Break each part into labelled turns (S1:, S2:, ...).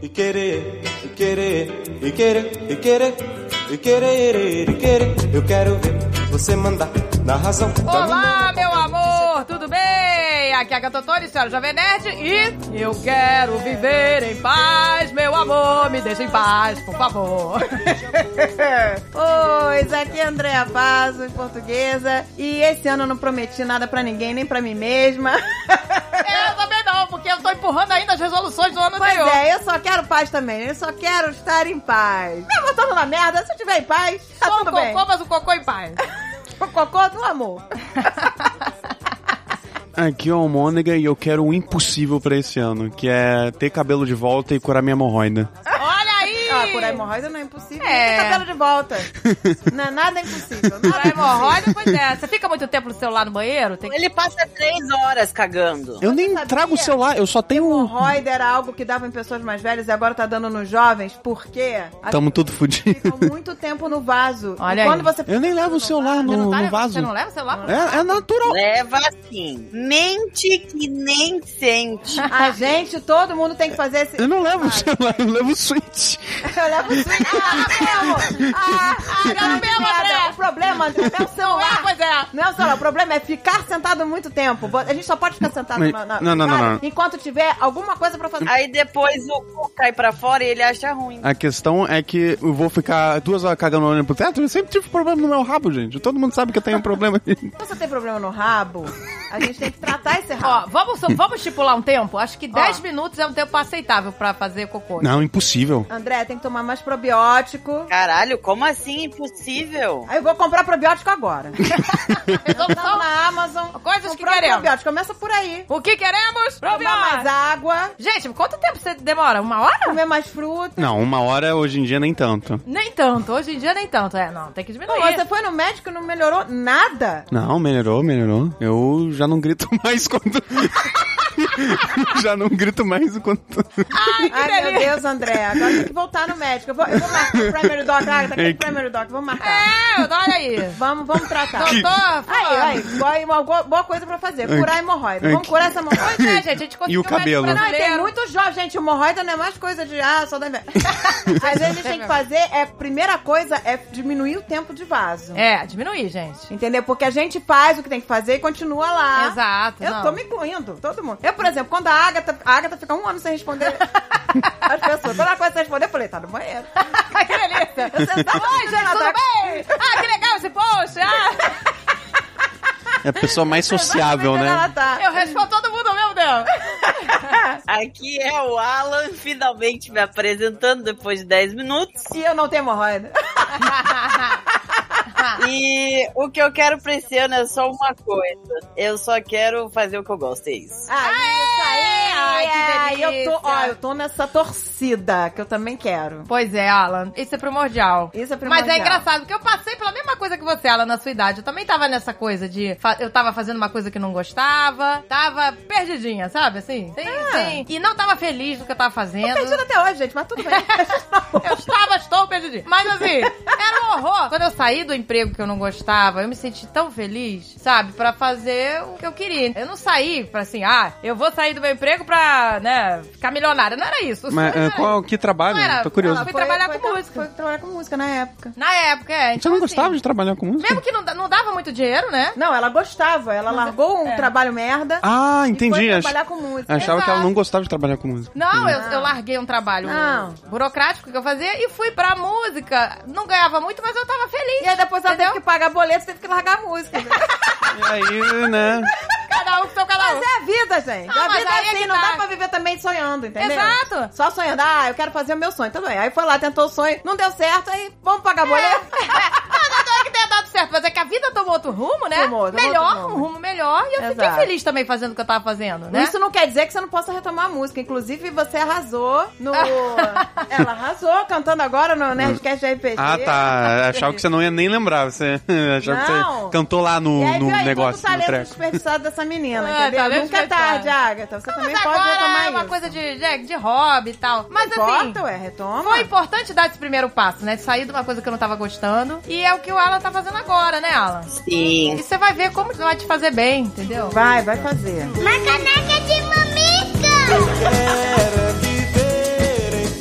S1: e querer, e querer, e querer, e querer, e querer, e querer. Eu quero ver você mandar na razão.
S2: Tá
S1: pra mim.
S2: Olá, meu amor, tudo bem? Aqui é a Catotone, senhora Jovem Nerd, e eu quero viver em paz, meu amor, me deixa em paz, por favor.
S3: Pois, aqui é Andréa Basso, portuguesa. E esse ano eu não prometi nada pra ninguém, nem pra mim mesma.
S2: É, eu também não, porque eu tô empurrando ainda as resoluções do ano
S3: Pois
S2: anterior.
S3: é, eu só quero paz também. Eu só quero estar em paz. Mesmo eu tando na merda, se eu estiver em paz, tá
S2: Só o
S3: tudo
S2: cocô,
S3: bem.
S2: mas o cocô em paz.
S3: O cocô do amor.
S4: Aqui é o Mônega e eu quero o impossível pra esse ano, que é ter cabelo de volta e curar minha hemorroida.
S2: Olha aí!
S3: Ah, curar hemorroida não é impossível.
S2: É.
S3: É. cabelo de volta. não, nada é impossível.
S2: Pra
S3: Nada é impossível.
S2: hemorroida, pois é. Você fica muito tempo no celular no banheiro? Tem que...
S4: é
S5: Ele passa três horas cagando.
S4: Eu nem
S3: sabia?
S4: trago o celular, eu só tenho. um-
S3: Hemorroida era algo que dava em pessoas mais velhas e agora tá dando nos jovens, porque as
S4: Tamo tudo fudido.
S3: ficam muito tempo no vaso.
S2: Olha
S3: e quando
S2: aí.
S3: você
S4: Eu nem levo o celular no,
S2: Você não tá
S4: no
S2: levando-
S4: vaso.
S2: Você não leva o celular?
S4: É, é natural.
S5: Leva assim. Mente que nem sente.
S3: A gente, todo mundo tem que fazer esse.
S4: Eu não
S2: Ah.
S4: levo o celular, eu levo o switch.
S3: Eu levo o swing. Ah, meu! Ah, ah,
S2: Não, meu,
S3: merda.
S2: André.
S3: O problema André, não é o
S2: Não é,
S3: celular.
S2: pois é.
S3: Não é o celular, o problema é ficar sentado muito tempo. Bo- A gente só pode ficar sentado
S4: Mas-
S3: na, na-
S4: não, não, não,
S3: cara,
S4: não.
S3: enquanto tiver alguma coisa pra fazer.
S5: Aí depois o cu cai pra fora e ele acha ruim.
S4: A questão é que eu vou ficar duas horas cagando olhando pro teto. Eu sempre tive problema no meu rabo, gente. Todo mundo sabe que eu tenho um problema.
S3: Se você tem problema no rabo, a gente tem que tratar esse
S2: Ó,
S3: rabo.
S2: vamos, vamos estipular um tempo? Acho que 10 minutos é um tempo aceitável pra fazer cocô.
S4: não, impossível.
S3: André, tem que tomar mais probiótico.
S5: Caralho, como assim? Impossível.
S3: Aí eu vou comprar probiótico agora.
S2: Resolve
S3: Vamos
S2: só-
S3: na Amazon.
S2: Coisas que
S3: comprar um
S2: queremos.
S3: probiótico. Começa por aí.
S2: O que queremos?
S3: Tomar mais
S2: Probiótico.
S3: água,
S2: Gente, quanto tempo você demora? Uma hora?
S3: comer mais fruta.
S4: Não, uma hora hoje em dia nem tanto.
S2: Nem tanto. Hoje em dia nem tanto. É, não, tem que
S3: Pô,
S2: diminuir.
S3: você foi no médico e não melhorou nada?
S4: Não, melhorou, melhorou. Eu já não grito mais quando. já não grito mais quando.
S2: Ai, que
S3: Ai, meu
S2: delícia.
S3: Deus, André, agora tem que voltar no médico. Eu vou, eu vou marcar o primary doc. Ah, tá aqui
S4: É
S3: o
S4: que-
S3: primary doc, vamos marcar.
S2: É, olha aí.
S3: Vamos, vamos tratar.
S2: Doutor,
S3: Aí,
S2: fala.
S3: aí, boa, uma boa- boa coisa pra fazer, curar a hemorroida. Vamos
S4: que-
S3: curar essa hemorroida.
S2: Pois é, gente, a gente conseguiu
S4: o cabelo?
S2: mais
S3: Não, e tem
S2: brasileiro.
S3: muito jovem, gente. Hemorroida não é mais coisa de. Ah, só da. Às vezes a gente tem que fazer. É, primeira coisa é diminuir o tempo de vaso.
S2: É, diminuir, gente.
S3: Entendeu? Porque a gente faz o que tem que fazer e continua lá.
S2: Exato,
S3: Eu
S2: não.
S3: tô me incluindo, todo mundo. Eu, por exemplo, quando a Agatha, a Agatha fica um ano sem responder as pessoas. Quando ela começa a responder, eu falei, tá no banheiro.
S2: Ai, que delícia.
S3: Você tá
S2: Oi, gente, tudo bem? Ah, que legal esse post. Ah,
S4: É a pessoa mais sociável,
S3: Ela
S4: né?
S3: tá.
S2: Ah, eu respondo todo mundo ao mesmo tempo.
S5: Aqui é o Alan, finalmente me apresentando depois de 10 minutos.
S3: E eu não tenho hemorroida.
S5: E o que eu quero pra esse ano é só uma coisa. Eu só quero fazer o que eu gosto, é isso.
S3: Ai, isso aí,
S2: Ah, Ai, que
S3: ai, eu tô, ó,
S2: delícia.
S3: eu tô nessa torcida que eu também quero.
S2: Pois é, Alan. Isso é primordial. Mas
S3: Isso é
S2: é
S3: primordial.
S2: engraçado, porque eu passei pela mesma coisa que você, Alan, na sua idade. Eu também tava nessa coisa de. fa- Eu tava fazendo uma coisa que não gostava. Tava perdidinha, sabe? Assim. Sem,
S3: Ah.
S2: sem- E não tava feliz no que eu tava fazendo.
S3: Perdida até hoje, gente, mas tudo bem.
S2: Eu estava, estou perdidinha. Mas assim, era um horror. Quando eu saí do emprego que eu não gostava, eu me senti tão feliz, sabe? Pra fazer o que eu queria. Eu não saí pra assim, ah, eu vou sair do meu emprego pra, né, ficar milionária. Não era isso.
S4: Mas
S2: Não
S4: é,
S2: era
S4: qual que trabalho?
S2: Não era-
S4: Tô curioso.
S2: Ela foi trabalhar com
S3: tra-
S2: música.
S3: Foi trabalhar com música na época.
S2: Na época, é.
S4: Você
S2: Então,
S4: não
S2: assim,
S4: gostava de trabalhar com música?
S2: Mesmo que não, da- não dava muito dinheiro, né?
S3: Não, ela gostava. Ela
S2: é-
S3: largou um trabalho merda
S4: Ah,
S3: e
S4: entendi.
S3: foi
S4: Ach-
S3: trabalhar com música.
S4: Achava
S2: Exato.
S4: que ela não gostava de trabalhar com música.
S2: Não, eu, eu larguei um trabalho
S3: Ah. Não.
S2: burocrático que eu fazia e fui pra música. Não ganhava muito, mas eu tava feliz.
S3: E aí depois ela
S2: entendeu?
S3: teve que pagar boleto, teve que largar a música.
S4: E aí, né?
S2: Cada um com seu cada um.
S3: Mas é a vida, gente.
S2: Ah,
S3: a
S2: mas
S3: vida
S2: aí
S3: é
S2: é que
S3: assim, não
S2: tá.
S3: dá pra viver também sonhando, entendeu?
S2: Exato.
S3: Só sonhando, ah, eu quero fazer o meu sonho. Tudo bem. Aí foi lá, tentou o sonho, não deu certo, aí vamos
S2: É.
S3: pagar boleto.
S2: Não, não é que tenha dado certo, mas é que a vida tomou outro rumo, né?
S3: Tomou, tomou
S2: melhor,
S3: outro
S2: um
S3: rumo.
S2: rumo melhor. E eu fiquei
S3: Exato.
S2: feliz também fazendo o que eu tava fazendo, né?
S3: Isso não quer dizer que você não possa retomar a música. Inclusive, você arrasou no. Ela arrasou cantando agora no Nerdcast RPG.
S4: Ah, tá. Achava que você não ia nem lembrar. Você achava que
S3: Não.
S4: você cantou lá no,
S3: E aí,
S4: no
S3: viu aí,
S4: negócio,
S3: todo o
S4: no
S3: talento
S4: treco.
S3: desperdiçado dessa menina,
S2: É,
S3: entendeu?
S2: talento
S3: Nunca é
S2: desperdiçado.
S3: tarde, Agatha. Você também
S2: mas
S3: pode
S2: agora
S3: retomar
S2: é uma
S3: isso.
S2: coisa de, de, de hobby e tal. Mas
S3: não
S2: assim.
S3: importa, ué, retoma.
S2: Foi importante dar esse primeiro passo, né? De sair de uma coisa que eu não tava gostando. E é o que o Alan tá fazendo agora, né, Alan?
S5: Sim.
S2: E você vai ver como vai te fazer bem, entendeu?
S3: Vai, vai fazer.
S6: Uma caneca de mamica!
S1: Quero é viver em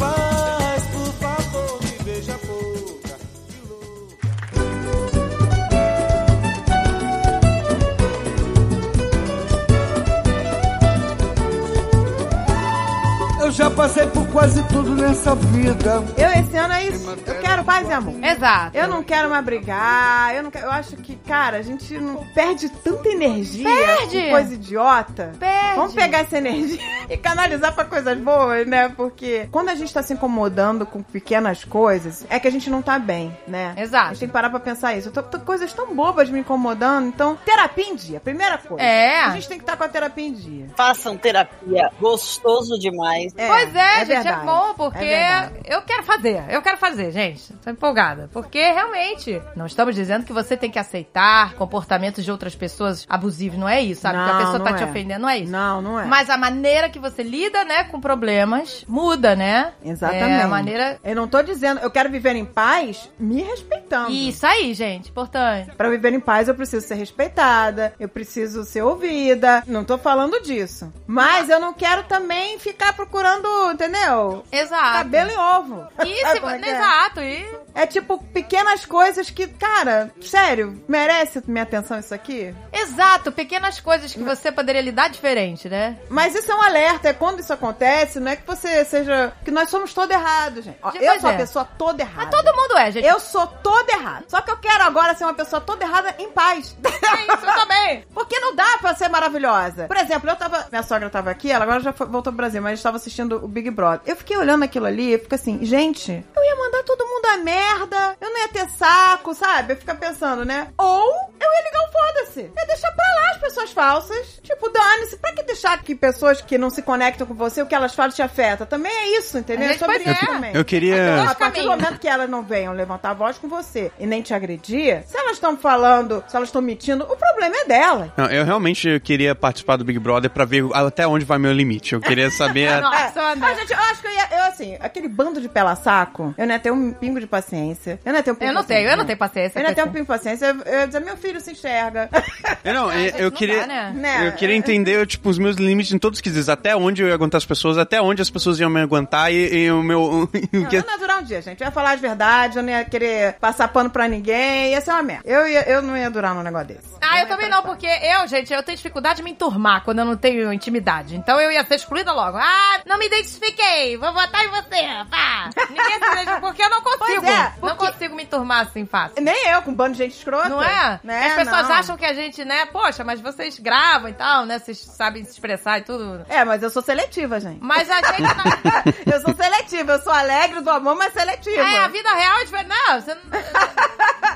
S6: passei por quase tudo nessa vida.
S3: Eu esse ano é isso. Eu quero paz e amor.
S2: Exato.
S3: Eu não quero mais brigar, eu não quero. Eu acho que, cara, a gente não perde tanta energia
S2: Perde.
S3: com coisa idiota.
S2: Perde.
S3: Vamos pegar essa energia e canalizar pra coisas boas, né? Porque quando a gente tá se incomodando com pequenas coisas, é que a gente não tá bem, né?
S2: Exato.
S3: A gente tem que parar pra pensar isso. Eu tô, tô com coisas tão bobas me incomodando, então, terapia em dia, primeira coisa.
S2: É.
S3: A gente tem que estar com a terapia em dia.
S5: Façam terapia. Gostoso demais.
S2: pois é, gente,
S3: verdade.
S2: é bom, porque
S3: verdade.
S2: eu quero fazer, eu quero fazer, gente. Tô empolgada. Porque realmente, não estamos dizendo que você tem que aceitar comportamentos de outras pessoas abusivos, não é isso, sabe? que a
S3: Não,
S2: pessoa tá
S3: não
S2: te
S3: é.
S2: ofendendo, não é isso.
S3: Não, não é.
S2: Mas a maneira que você lida, né, com problemas muda, né?
S3: Exatamente.
S2: É a maneira.
S3: Eu não tô dizendo, eu quero viver em paz me respeitando.
S2: Isso aí, gente, importante.
S3: Pra viver em paz, eu preciso ser respeitada, eu preciso ser ouvida. Não tô falando disso. Mas eu não quero também ficar procurando, entendeu?
S2: Exato.
S3: Cabelo e ovo.
S2: E
S3: Sabe
S2: se-
S3: como é que é?
S2: Exato, e.
S3: É tipo pequenas coisas que, cara, sério, merece minha atenção isso aqui?
S2: Exato, pequenas coisas que você poderia lidar diferente, né?
S3: Mas isso é um alerta, é quando isso acontece, não é que você seja. que nós somos todos errados, gente. Ó,
S2: Pois
S3: eu sou
S2: é.
S3: uma pessoa toda errada.
S2: Mas todo mundo é, gente.
S3: Eu sou toda errada. Só que eu quero agora ser uma pessoa toda errada em paz.
S2: É isso, eu também.
S3: Porque não dá pra ser maravilhosa. Por exemplo, eu tava. Minha sogra tava aqui, ela agora já foi- voltou pro Brasil, mas estava assistindo o Big Brother. Eu fiquei olhando aquilo ali e fico assim, gente, eu ia mandar todo mundo a merda, eu não ia ter saco, sabe? Eu fico pensando, né? Ou eu ia ligar o foda-se. Eu ia deixar pra lá as pessoas falsas. Tipo, dane-se. Pra que deixar que pessoas que não se conectam com você, o que elas falam te afeta? Também é isso, entendeu?
S2: A gente
S3: Sobre
S2: pode-
S3: isso
S2: É.
S3: também.
S4: Eu queria.
S3: A partir do momento que elas não venham levantar a voz com você e nem te agredir, se elas estão falando, se elas estão mentindo, o problema é dela.
S4: Não, eu realmente queria participar do Big Brother pra ver até onde vai meu limite. Eu queria saber. a-
S2: Nossa,
S3: É.
S2: André.
S3: Mas, gente, eu acho que eu ia. Eu, assim, aquele bando de pela-saco, eu não ia ter um pingo de paciência. Eu não ia ter um pingo
S2: Eu não
S3: de paciência,
S2: tenho, eu não tenho paciência.
S3: Eu não ia ter um
S2: com
S3: pingo de paciência. Eu, eu ia dizer, meu filho se enxerga.
S4: Eu É, não, eu,
S2: isso.
S4: eu
S2: Não
S4: queria.
S2: dá, né?
S3: Né?
S4: Eu queria entender, tipo, os meus limites em todos os quesitos. Até onde eu ia aguentar as pessoas, até onde as pessoas iam me aguentar e, e o meu. e o
S3: Não,
S4: que-
S3: eu não ia durar um dia, gente. Eu ia falar as verdades, eu não ia querer passar pano pra ninguém. Ia ser uma merda. Eu, ia- eu não ia durar num negócio desse.
S2: Ah, eu também não, porque eu, gente, eu tenho dificuldade de me enturmar quando eu não tenho intimidade. Então eu ia ser excluída logo. Ah, não me identifiquei, vou votar em você. Pá. Ninguém se identifica, porque eu não consigo.
S3: Pois é,
S2: Não consigo me enturmar assim fácil.
S3: Nem eu, com um bando de gente escrota.
S2: Não é?
S3: Né?
S2: As pessoas
S3: não.
S2: acham que a gente, né, poxa, mas vocês gravam e tal, né? Vocês sabem se expressar e tudo.
S3: É, mas eu sou seletiva, gente.
S2: Mas a gente. tá- na-
S3: eu sou seletiva, eu sou alegre do amor, mas seletiva.
S2: é, a vida real é diferente. Não, você não.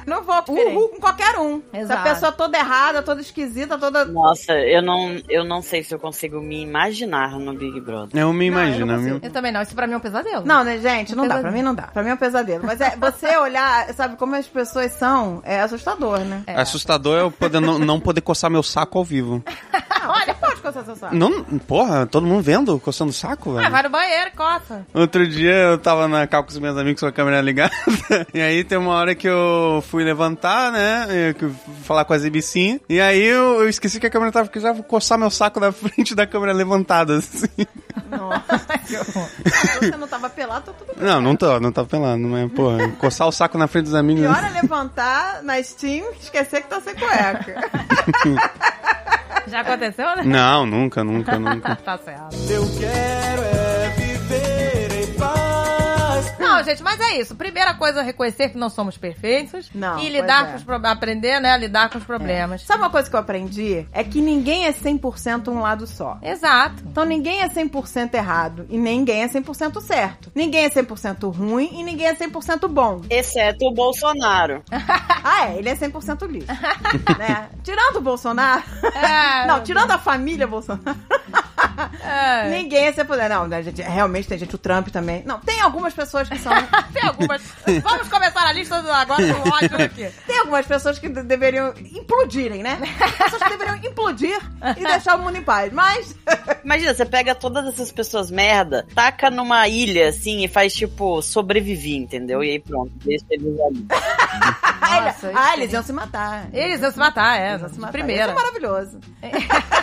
S3: Não vou uhul com qualquer um.
S2: Exato.
S3: Essa pessoa toda errada, toda esquisita, toda.
S5: Nossa, eu não, eu não sei se eu consigo me imaginar no Big Brother.
S4: Eu me
S3: Não, eu
S4: imagino.
S3: não
S4: eu me-
S2: Eu também não, isso pra mim é um pesadelo.
S3: Não, né, gente? Não dá.
S2: Pesadelo.
S3: Pra mim não dá. Pra mim é um pesadelo. Mas é, você olhar, sabe, como as pessoas são, é assustador, né?
S2: É.
S4: Assustador é eu poder não, não poder coçar meu saco ao vivo.
S3: Não, Olha, pode com essa sensação.
S4: Não, porra, todo mundo vendo, coçando o saco, velho.
S2: Ah, vai no banheiro, coça.
S4: Outro dia eu tava na cal com os meus amigos com a câmera ligada. E aí tem uma hora que eu fui levantar, né? eu que- Falar com as ibicinhas. E aí eu, eu esqueci que a câmera tava. Que eu já vou coçar meu saco da frente da câmera levantada, assim.
S3: Nossa, que horror. Se você não tava pelado, tá tudo bem.
S4: Não, não tô, não tô pelando, mas, porra, coçar o saco na frente dos amigos.
S3: Pior é levantar na Steam e esquecer que tá sem cueca.
S2: Já aconteceu, né?
S4: Não, nunca, nunca, nunca.
S2: tá certo.
S1: Eu quero é viver em paz.
S2: Não, gente, mas é isso. Primeira coisa, reconhecer que não somos perfeitos.
S3: Não,
S2: E lidar
S3: pois é.
S2: com os problemas. Aprender, né? a Lidar com os problemas.
S3: Sabe uma coisa que eu aprendi? É que ninguém é 100% um lado só.
S2: Exato.
S3: Então ninguém é 100% errado e ninguém é 100% certo. Ninguém é 100% ruim e ninguém é 100% bom.
S5: Exceto o Bolsonaro.
S3: Ah, é, ele é 100% lixo. né? Tirando o Bolsonaro.
S2: É.
S3: não, tirando a família Bolsonaro.
S2: É.
S3: Ninguém é 100%. Não, né, gente, realmente tem gente, o Trump também. Não, tem algumas pessoas que são.
S2: Tem algumas. Vamos começar a lista do agora do ódio aqui.
S3: tem algumas pessoas que de- deveriam implodirem, né? Pessoas que deveriam implodir e deixar o mundo em paz. Mas.
S5: Imagina, você pega todas essas pessoas merda, taca numa ilha, assim, e faz, tipo, sobreviver, entendeu? E aí pronto, deixa eles ali.
S2: Nossa,
S3: ah,
S2: isso-
S3: eles iam se matar.
S2: Eles iam se matar, é.
S3: Eles iam se matar.
S2: Primeira.
S3: Isso é maravilhoso.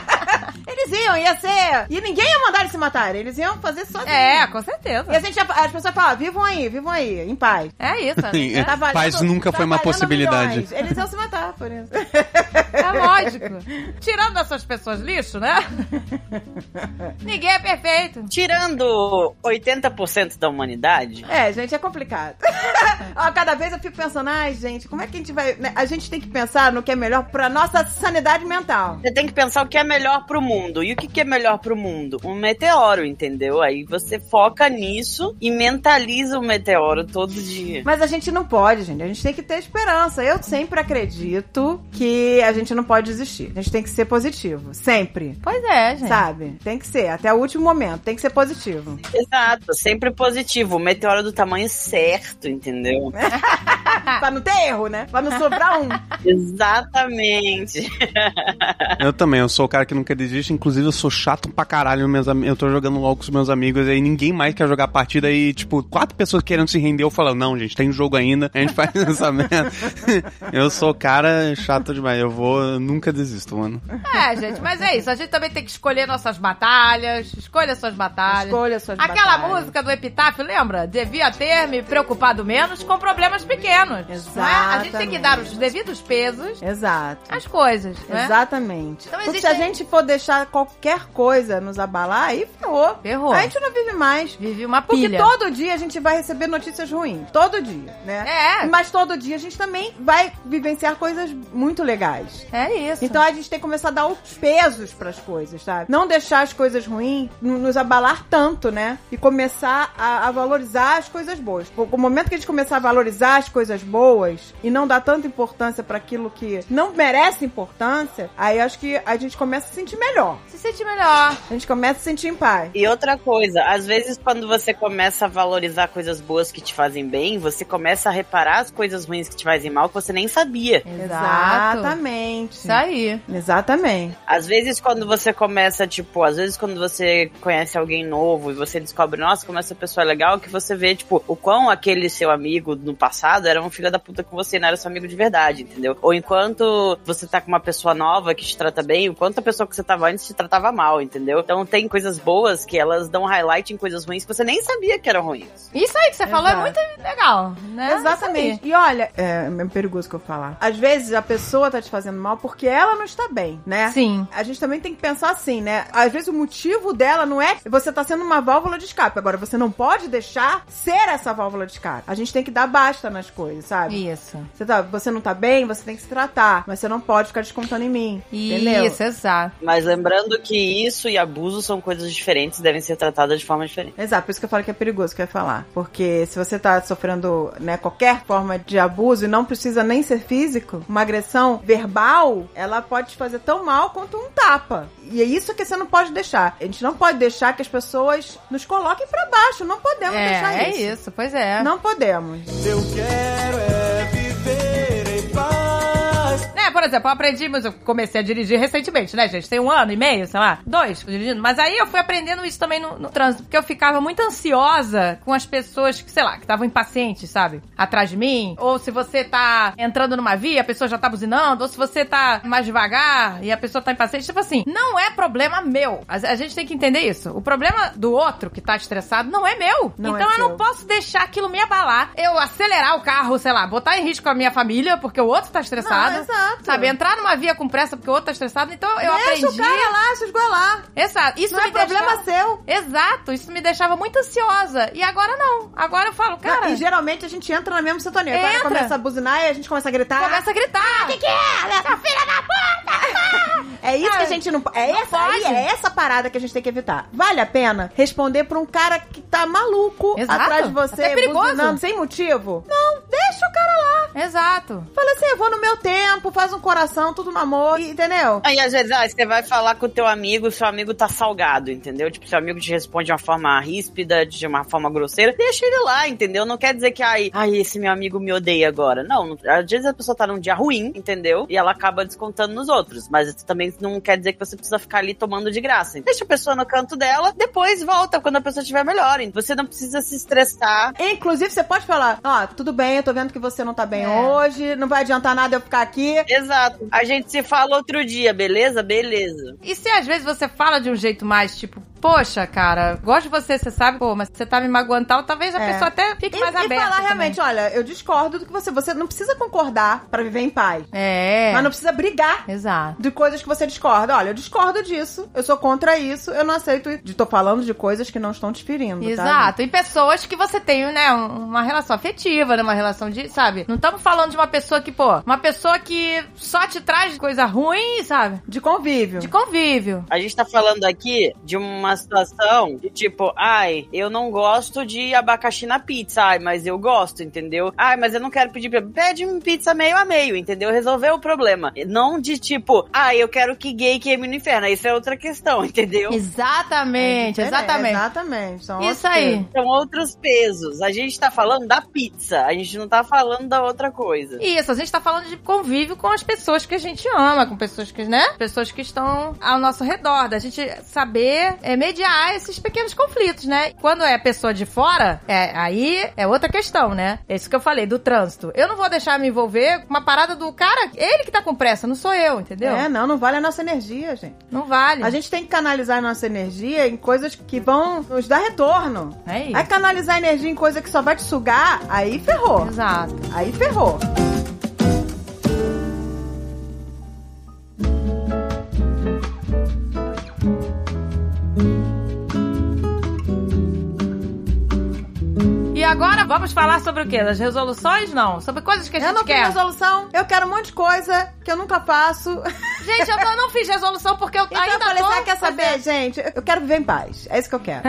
S3: eles iam, ia ser. E ninguém ia mandar eles se matarem. Eles iam fazer sozinhos.
S2: É, com certeza.
S3: E a gente, ia- as pessoas falavam, vivam aí, vivam aí, em paz.
S2: É isso. né?
S4: Sim, é. Paz nunca foi uma
S3: tá valendo
S4: possibilidade.
S3: milhões. Eles iam se matar por isso.
S2: É lógico. Tirando essas pessoas lixo, né? Ninguém é perfeito.
S5: Tirando 80% da humanidade,
S3: É, gente, é complicado. Ó, cada vez eu fico pensando, ai, gente, como é que a gente vai. né? A gente tem que pensar no que é melhor pra nossa sanidade mental.
S5: você tem que pensar o que é melhor pro mundo. E o que, que é melhor pro mundo? Um meteoro, entendeu? Aí você foca nisso e mentaliza o meteoro todo dia.
S3: Mas a gente não pode, gente. A gente tem que ter esperança. Eu sempre acredito que a gente não pode desistir. A gente tem que ser positivo. Sempre.
S2: Pois é, gente.
S3: Sabe? Tem que ser. Até o último momento. Tem que ser positivo.
S5: Exato, sempre positivo. O meteoro é do tamanho certo, entendeu?
S2: Ah.
S3: pra não ter erro, né? Pra não sobrar um.
S5: Exatamente.
S4: Eu também, eu sou o cara que nunca desiste. Inclusive, eu sou chato pra caralho. Meus am- eu tô jogando LOL com os meus amigos e aí ninguém mais quer jogar a partida. E, tipo, quatro pessoas querendo se render. Eu falo, não, gente, tem um jogo ainda. A gente faz essa merda. eu sou o cara chato demais. Eu vou, eu nunca desisto, mano.
S2: É, gente, mas é isso. A gente também tem que escolher nossas batalhas. Escolha suas batalhas.
S3: Escolha suas
S2: Aquela
S3: batalhas.
S2: música do Epitáfio, lembra? Devia ter me preocupado menos com problemas pequenos. Não é? A gente tem que dar os devidos pesos
S3: Exato.
S2: às coisas. Não é?
S3: Exatamente.
S2: Então
S3: Porque
S2: existe-
S3: se a gente for deixar qualquer coisa nos abalar, aí ferrou.
S2: Ferrou.
S3: A gente não vive mais.
S2: Vive uma
S3: Porque
S2: pilha.
S3: todo dia a gente vai receber notícias ruins. Todo dia, né?
S2: É,
S3: Mas todo dia a gente também vai vivenciar coisas muito legais.
S2: é isso.
S3: Então a gente tem que começar a dar os pesos pras coisas, sabe? Não deixar as coisas ruins n- nos abalar tanto, né? E começar a, a valorizar as coisas boas. O, o momento que a gente começar a valorizar as coisas boas e não dar tanta importância pra aquilo que não merece importância, aí acho que a gente começa a se sentir melhor.
S2: se sente melhor.
S3: A gente começa a se sentir em paz.
S5: E outra coisa, às vezes quando você começa a valorizar coisas boas que te fazem bem, você começa a reparar as coisas ruins que te fazem mal que você nem sabia.
S2: Exato.
S3: Exatamente.
S2: Isso aí. É,
S3: Exatamente.
S5: Às vezes quando você começa, tipo, às vezes quando você conhece alguém novo e você descobre, nossa, como essa pessoa é legal, que você vê, tipo, o quão aquele seu amigo no passado era um filho da puta com você, não era seu amigo de verdade, entendeu? Ou enquanto você tá com uma pessoa nova que te trata bem, o quanto a pessoa que você tava antes te tratava mal, entendeu? Então tem coisas boas que elas dão highlight em coisas ruins que você nem sabia que eram ruins.
S2: Isso aí que você falou é muito legal, né? Isso
S3: Exatamente. E olha, é meio perigoso que eu falar. Às vezes a pessoa tá te fazendo mal porque ela não está bem, né?
S2: aí. Sim.
S3: A gente também tem que pensar assim, né? Às vezes o motivo dela não é você tá sendo uma válvula de escape. Agora, você não pode deixar ser essa válvula de escape. A gente tem que dar basta nas coisas, sabe?
S2: Isso.
S3: Você, tá, você não tá bem, você tem que se tratar. Mas você não pode ficar descontando em mim. Entendeu?
S2: Isso, exato.
S5: Mas lembrando que isso e abuso são coisas diferentes, devem ser tratadas de forma diferente.
S3: Exato, por isso que eu falo que é perigoso que eu ia falar. Porque se você tá sofrendo, né, qualquer forma de abuso e não precisa nem ser físico, uma agressão verbal, ela pode te fazer tão mal quanto um tapa. E é isso que você não pode deixar. A gente não pode deixar que as pessoas nos coloquem pra baixo. Não podemos Então, deixar
S2: É, é
S3: isso.
S2: isso, pois é.
S3: Não podemos.
S1: Eu quero é viver em paz.
S2: Né, por exemplo, eu aprendi, mas eu comecei a dirigir recentemente, né, gente? Tem um ano e meio, sei lá, dois dirigindo. Mas aí eu fui aprendendo isso também no, no trânsito, porque eu ficava muito ansiosa com as pessoas que, sei lá, que estavam impacientes, sabe? Atrás de mim. Ou se você tá entrando numa via, a pessoa já tá buzinando. Ou se você tá mais devagar e a pessoa tá impaciente. Tipo assim, não é problema meu. A, a gente tem que entender isso. O problema do outro que tá estressado não é meu.
S3: Não
S2: então
S3: é
S2: eu não
S3: seu.
S2: posso deixar aquilo me abalar. Eu acelerar o carro, sei lá, botar em risco a minha família, porque o outro tá estressado.
S3: Não, exato.
S2: Sabe, entrar numa via com pressa porque o outro tá estressado, então eu aprendi.
S3: Deixa o cara lá se esgolar.
S2: Exato. Isso
S3: não
S2: me
S3: é problema
S2: deixava-
S3: seu.
S2: Exato, isso me deixava muito ansiosa. E agora não. Agora eu falo, cara,
S3: e geralmente a gente entra na mesma sintonia. Agora
S2: Entra.
S3: começa a buzinar e a gente começa a gritar.
S2: começa a gritar.
S3: que é? Filha da puta! É isso que a gente não po- é
S2: Não
S3: essa aí,
S2: pode.
S3: é essa parada que a gente tem que evitar. Vale a pena responder pra um cara que tá maluco
S2: Exato.
S3: atrás de você,
S2: Até perigoso.
S3: buzinando sem motivo? Não, deixa o cara lá.
S2: Exato.
S3: Fala assim, eu vou no meu tempo, faz um coração, tudo no amor, e- entendeu?
S5: Aí, às vezes, ah, você vai falar com o teu amigo, seu amigo tá salgado, entendeu? Tipo, seu amigo te responde de uma forma ríspida, de uma forma grosseira, deixa ele lá, entendeu? Não quer dizer que, ai, ai, esse meu amigo me odeia agora. Não, não- às vezes a pessoa tá num dia ruim, entendeu? E ela acaba descontando nos outros. Mas isso também não quer dizer que você precisa ficar ali tomando de graça. Deixa a pessoa no canto dela, depois volta quando a pessoa estiver melhor. Você não precisa se estressar.
S3: Inclusive, você pode falar, ó, tudo bem, eu tô vendo que você não tá bem
S2: É.
S3: hoje, não vai adiantar nada eu ficar aqui.
S5: Exato. A gente se fala outro dia, beleza? Beleza.
S2: E se às vezes você fala de um jeito mais, tipo, poxa, cara, gosto de você, você sabe, pô, mas você tá me magoando e tal, talvez a
S3: É.
S2: pessoa até fique
S3: E,
S2: mais
S3: e
S2: aberta.
S3: falar
S2: também.
S3: realmente, olha, eu discordo do que você. Você não precisa concordar pra viver em paz.
S2: É.
S3: Mas não precisa brigar
S2: Exato.
S3: de coisas que você discorda. Olha, eu discordo disso, eu sou contra isso, eu não aceito. isso. De- Tô falando de coisas que não estão te ferindo. tá, gente?
S2: Exato. E pessoas que você tem, né, um- uma relação afetiva, né, uma relação de, sabe? Não estamos falando de uma pessoa que, pô, uma pessoa que só te traz coisa ruim, sabe?
S3: De convívio.
S2: De convívio.
S5: A gente tá falando aqui de uma situação de tipo, ai, eu não gosto de abacaxi na pizza, ai, mas eu gosto, entendeu? Ai, mas eu não quero pedir, pra- pede um pizza meio a meio, entendeu? Resolveu o problema. Não de tipo, ai, eu quero que gay queime no inferno, isso é outra questão, entendeu?
S2: Exatamente,
S3: É,
S2: exatamente.
S3: Exatamente. Então, São
S2: Isso
S3: outros
S2: aí.
S5: São outros pesos. A gente tá falando da pizza, a gente não tá falando da outra coisa.
S2: Isso, a gente tá falando de convívio com as pessoas que a gente ama, com pessoas que, né? Pessoas que estão ao nosso redor, da gente saber é, mediar esses pequenos conflitos, né? Quando é pessoa de fora, é, aí é outra questão, né? É isso que eu falei, do trânsito. Eu não vou deixar me envolver com uma parada do cara, ele que tá com pressa, não sou eu, entendeu?
S3: É, não, não vale a nossa energia, gente.
S2: Não vale.
S3: A gente tem que canalizar a nossa energia em coisas que vão nos dar retorno.
S2: É isso.
S3: Aí canalizar a energia em coisa que só vai te sugar, aí ferrou.
S2: Exato.
S3: Aí ferrou.
S2: E agora vamos falar sobre o quê? Das resoluções? Não. Sobre coisas que a gente
S3: Eu não
S2: quer.
S3: tenho resolução, eu quero um monte de coisa que eu nunca faço.
S2: Gente, eu não- não fiz resolução porque eu
S3: Então
S2: ainda
S3: eu falei,
S2: tô
S3: sabe, quer saber, gente? Eu- Eu quero viver em paz. É isso que eu quero.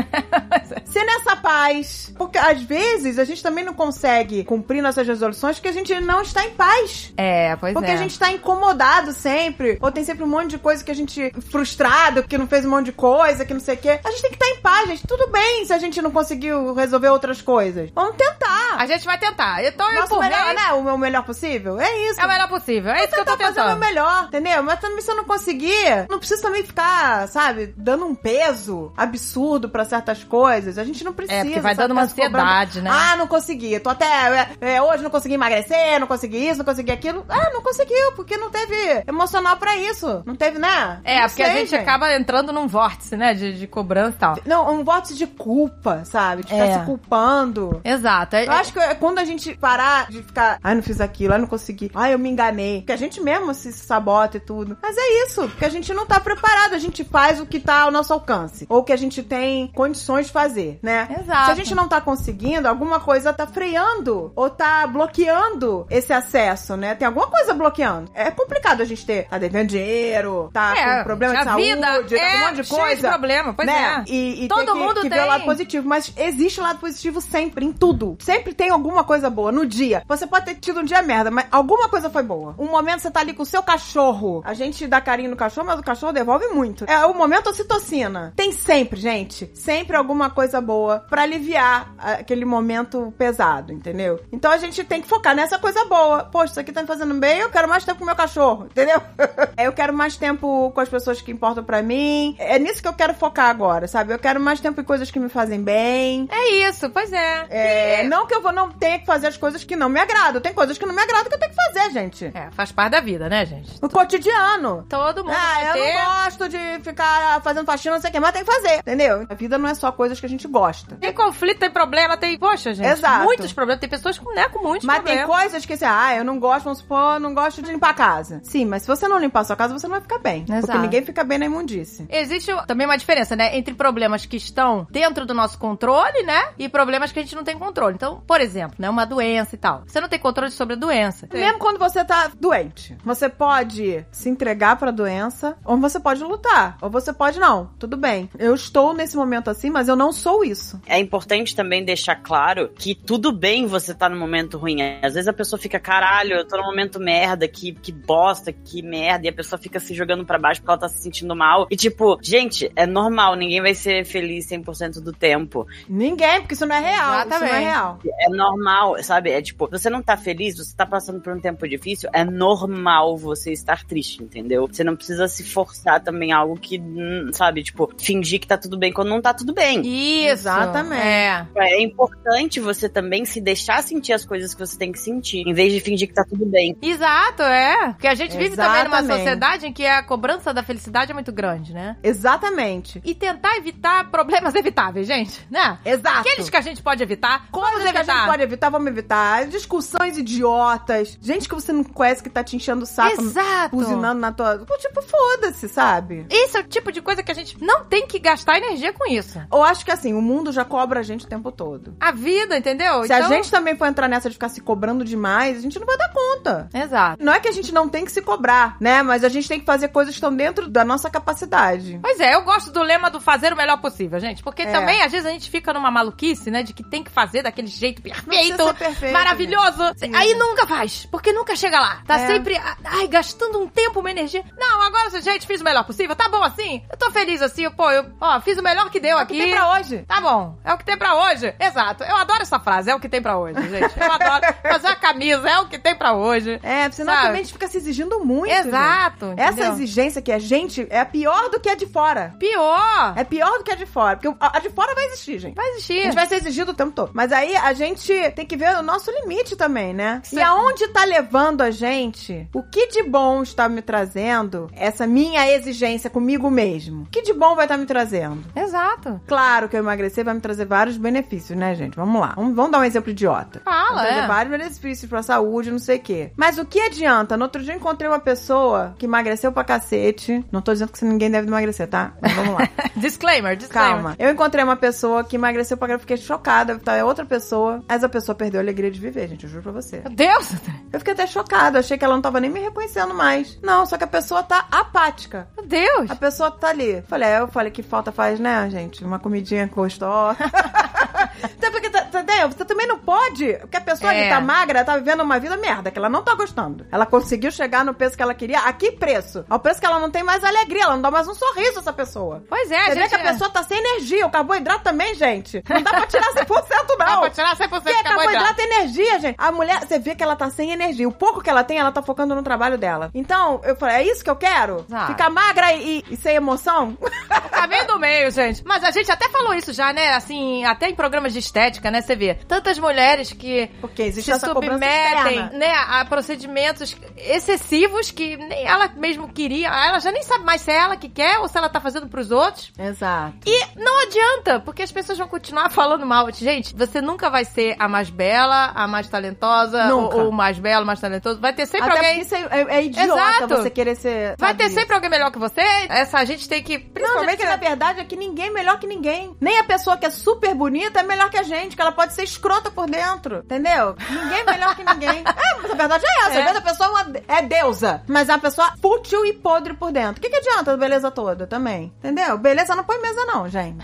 S3: Ser nessa paz. Porque às vezes a gente também não consegue cumprir nossas resoluções porque a gente não está em paz.
S2: É, pois
S3: Porque
S2: é.
S3: a gente tá incomodado sempre, ou tem sempre um monte de coisa que a gente frustrado, que não fez um monte de coisa, que não sei o quê. A gente tem que estar em paz, gente. Tudo bem se a gente não conseguiu resolver outras coisas. Vamos tentar.
S2: A gente vai tentar. Então eu
S3: Nosso
S2: empurrei.
S3: melhor, né? tá O meu melhor possível. É isso.
S2: É o melhor possível. É isso que eu tô
S3: tentar fazer o meu
S2: tentando.
S3: melhor, entendeu? Mas também se eu não conseguir, não preciso também ficar, sabe, dando um peso absurdo pra certas coisas. A gente não precisa.
S2: É, porque vai
S3: sabe,
S2: dando uma
S3: ficar se cobrando.
S2: ansiedade, né?
S3: Ah, não consegui. Tô até. é, é, hoje não consegui emagrecer, não consegui isso, não consegui aquilo. Ah, não conseguiu, porque não teve emocional pra isso. Não teve, né?
S2: É,
S3: Não
S2: porque a
S3: sei,
S2: gente acaba entrando num vórtice, né? De, de cobrança e tal.
S3: Não, um vórtice de culpa, sabe? De ficar
S2: É.
S3: se culpando.
S2: Exato. É-
S3: Eu acho que é quando a gente parar de ficar, ai, não fiz aquilo, ai, não consegui, ai, eu me enganei. Porque a gente mesmo se sabota e tudo. Mas é isso, porque a gente não tá preparado. A gente faz o que tá ao nosso alcance. Ou que a gente tem condições de fazer, né?
S2: Exato.
S3: Se a gente não tá conseguindo, alguma coisa tá freando. Ou tá bloqueando esse acesso, né? Tem alguma coisa bloqueando. É complicado a gente ter, tá devendo dinheiro, tá
S2: É,
S3: com problema de
S2: a
S3: saúde,
S2: vida
S3: tá com um
S2: é
S3: monte de
S2: cheia de
S3: coisa.
S2: problema, pois
S3: né?
S2: é.
S3: E, e
S2: Todo
S3: tem que-
S2: mundo
S3: que ver o lado
S2: tem.
S3: positivo positivo, mas existe lado positivo sempre, em tudo. Sempre tem alguma coisa boa no dia. Você pode ter tido um dia merda, mas alguma coisa foi boa. Um momento você tá ali com o seu cachorro. A gente dá carinho no cachorro, mas o cachorro devolve muito. É o momento ocitocina. Tem sempre, gente. Sempre alguma coisa boa pra aliviar a- aquele momento pesado, entendeu? Então a gente tem que focar nessa coisa boa. Poxa, isso aqui tá me fazendo bem, eu quero mais tempo com o meu cachorro, entendeu? É, eu quero mais tempo com as pessoas que importam pra mim. É nisso que eu quero focar agora, sabe? Eu quero mais tempo em coisas que me fazem bem.
S2: É isso, pois é.
S3: É, não que eu vou não tenha que fazer as coisas que não me agradam. Tem coisas que não me agradam que eu tenho que fazer, gente.
S2: É, faz parte da vida, né, gente?
S3: No cotidiano.
S2: Todo mundo
S3: Ah,
S2: vai
S3: eu
S2: ter.
S3: não gosto de ficar fazendo faxina, não sei o que, mas tem que fazer, entendeu? A vida não é só coisas que a gente gosta.
S2: Tem conflito, tem problema, tem. Poxa, gente.
S3: Exato.
S2: Muitos problemas. Tem pessoas com, né, com muitos
S3: Mas tem
S2: problemas.
S3: coisas que assim, ah, eu não gosto, vamos supor, eu não gosto de limpar a casa. Sim, mas se você não limpar a sua casa, você não vai ficar bem. Porque
S2: Exato.
S3: ninguém fica bem na imundície.
S2: Existe também uma diferença, né? Entre problemas que estão dentro do nosso controle, né? E problemas que a gente não tem controle. Então, por exemplo, né? Uma doença e tal. Você não tem controle sobre a doença.
S3: Mesmo quando você tá doente, você pode se entregar pra doença, ou você pode lutar, ou você pode não. Tudo bem. Eu estou nesse momento assim, mas eu não sou isso.
S5: É importante também deixar claro que tudo bem você tá num momento ruim. Às vezes a pessoa fica, caralho, eu tô num momento merda, que, que bosta, que merda. E a pessoa fica se jogando pra baixo porque ela tá se sentindo mal. E tipo, gente, é normal, ninguém vai ser feliz 100% do tempo.
S3: Ninguém, porque isso não é real. Isso não é
S2: Exatamente.
S3: real.
S5: é normal, sabe? É tipo, você não tá feliz, você tá passando por um tempo difícil, é normal você estar triste, entendeu? Você não precisa se forçar também a algo que, hum, sabe, tipo, fingir que tá tudo bem quando não tá tudo bem.
S2: Isso.
S3: Exatamente.
S2: É.
S5: É importante você também se deixar sentir as coisas que você tem que sentir, em vez de fingir que tá tudo bem.
S2: Exato, é. Porque a gente vive também numa
S3: Exatamente.
S2: sociedade em que a cobrança da felicidade é muito grande, né?
S3: Exatamente.
S2: E tentar evitar problemas evitáveis, gente, né?
S3: Exato.
S2: Aqueles que a gente pode evitar, como
S3: Coisas que a gente
S2: evitar?
S3: pode evitar, vamos evitar. Discussões idiotas. Gente que você não conhece que tá te enchendo o saco,
S2: Exato.
S3: buzinando na tua. Pô, Tipo, foda-se, sabe?
S2: Esse é o tipo de coisa que a gente não tem que gastar energia com isso.
S3: Eu acho que assim, o mundo já cobra a gente o tempo todo.
S2: A vida, entendeu? Então,
S3: Se a gente também for entrar nessa de ficar se cobrando demais, a gente não vai dar conta.
S2: Exato.
S3: Não é que a gente não tem que se cobrar, né? Mas a gente tem que fazer coisas que estão dentro da nossa capacidade.
S2: Pois é, eu gosto do lema do fazer o melhor possível, gente. Porque
S3: É.
S2: também, às vezes, a gente fica numa maluquice, né? De que tem que fazer daquele jeito perfeito,
S3: precisa ser perfeito,
S2: maravilhoso.
S3: Sim.
S2: Aí nunca faz, porque nunca chega lá. Tá
S3: É.
S2: sempre, a- ai, gastando um tempo, uma energia. Não, agora, gente, fiz o melhor possível. Tá bom assim? Eu tô feliz assim, pô, eu, ó, fiz o melhor que deu
S3: É o
S2: aqui.
S3: que tem pra hoje.
S2: Tá bom, é o que tem pra hoje. Exato. Eu adoro essa frase, é o que tem pra hoje, gente. Eu adoro fazer a camisa, é o que tem pra hoje.
S3: É, senão
S2: Sabe?
S3: também a gente fica se exigindo muito.
S2: Exato.
S3: gente. Essa
S2: entendeu?
S3: exigência que a gente é pior do que a de fora.
S2: Pior.
S3: É pior do que a de fora. Porque a a de fora vai existir, gente.
S2: Vai
S3: A
S2: existir.
S3: gente vai ser exigido o tempo todo. Mas aí a gente tem que ver o nosso limite também, né?
S2: Sim.
S3: E aonde tá levando a gente? O que de bom está me trazendo essa minha exigência comigo mesmo? O que de bom vai estar me trazendo?
S2: Exato.
S3: Claro que eu emagrecer vai me trazer vários benefícios, né, gente? Vamos lá. Vamos, vamos dar um exemplo idiota.
S2: Fala,
S3: Vai trazer
S2: é.
S3: vários benefícios pra saúde, não sei o quê. Mas o que adianta? No outro dia eu encontrei uma pessoa que emagreceu pra cacete. Não tô dizendo que ninguém deve emagrecer, tá? Mas vamos lá.
S2: Disclaimer, disclaimer.
S3: Calma. Eu encontrei uma pessoa que emagreceu pra caramba, fiquei chocada. Tá, é outra pessoa. Mas a pessoa perdeu a alegria de viver, gente. Eu juro pra você.
S2: Meu Deus! André.
S3: Eu fiquei até chocada. Achei que ela não tava nem me reconhecendo mais. Não, só que a pessoa tá apática.
S2: Meu Deus!
S3: A pessoa tá ali. Falei, é, eu falei que falta faz, né, gente? Uma comidinha gostosa. Até porque, tá- tá- né, você também não pode. Porque a pessoa
S2: É.
S3: ali tá magra, ela tá vivendo uma vida merda, que ela não tá gostando. Ela conseguiu chegar no peso que ela queria. A que preço? Ao preço que ela não tem mais alegria, ela não dá mais um sorriso essa pessoa.
S2: Pois é,
S3: Você
S2: gente.
S3: vê que a pessoa tá sem energia. O carboidrato também, gente. Não dá pra tirar 100%
S2: Dá
S3: não.
S2: pra Ah, tirar 100%
S3: Porque
S2: de carboidrato.
S3: carboidrato é energia, gente. A mulher, você vê que ela tá sem energia. O pouco que ela tem, ela tá focando no trabalho dela. Então, eu falei, é isso que eu quero?
S2: Exato.
S3: Ficar magra e, e sem emoção?
S2: Tá O caminho do meio, gente. Mas a gente até falou isso já, né? Assim, até em programas de estética, né? Você vê tantas mulheres que
S3: Porque existe
S2: se
S3: essa é cobrança
S2: submetem
S3: externa.
S2: né, a procedimentos excessivos que nem ela mesmo queria. Ela já nem sabe mais se é ela que quer ou se ela tá fazendo pros outros.
S3: Exato.
S2: E não adianta, porque as pessoas vão continuar falando mal. Gente, você nunca vai ser a mais bela, a mais talentosa,
S3: Nunca.
S2: ou o mais belo, mais talentoso. Vai ter sempre
S3: Até
S2: alguém.
S3: porque isso é, é- é idiota
S2: Exato.
S3: você querer ser...
S2: Vai
S3: sabe,
S2: ter sempre alguém melhor que você. Essa gente tem que.
S3: Não,
S2: Principalmente.
S3: gente, na verdade é que ninguém é melhor que ninguém. Nem a pessoa que é super bonita é melhor que a gente, que ela pode ser escrota por dentro, entendeu? Ninguém é melhor que ninguém. É, mas a verdade é essa.
S2: É.
S3: Às vezes a pessoa é uma- é deusa, mas é uma pessoa fútil e podre por dentro. O que, que adianta a beleza toda também? Entendeu? Beleza não põe mesa não, gente.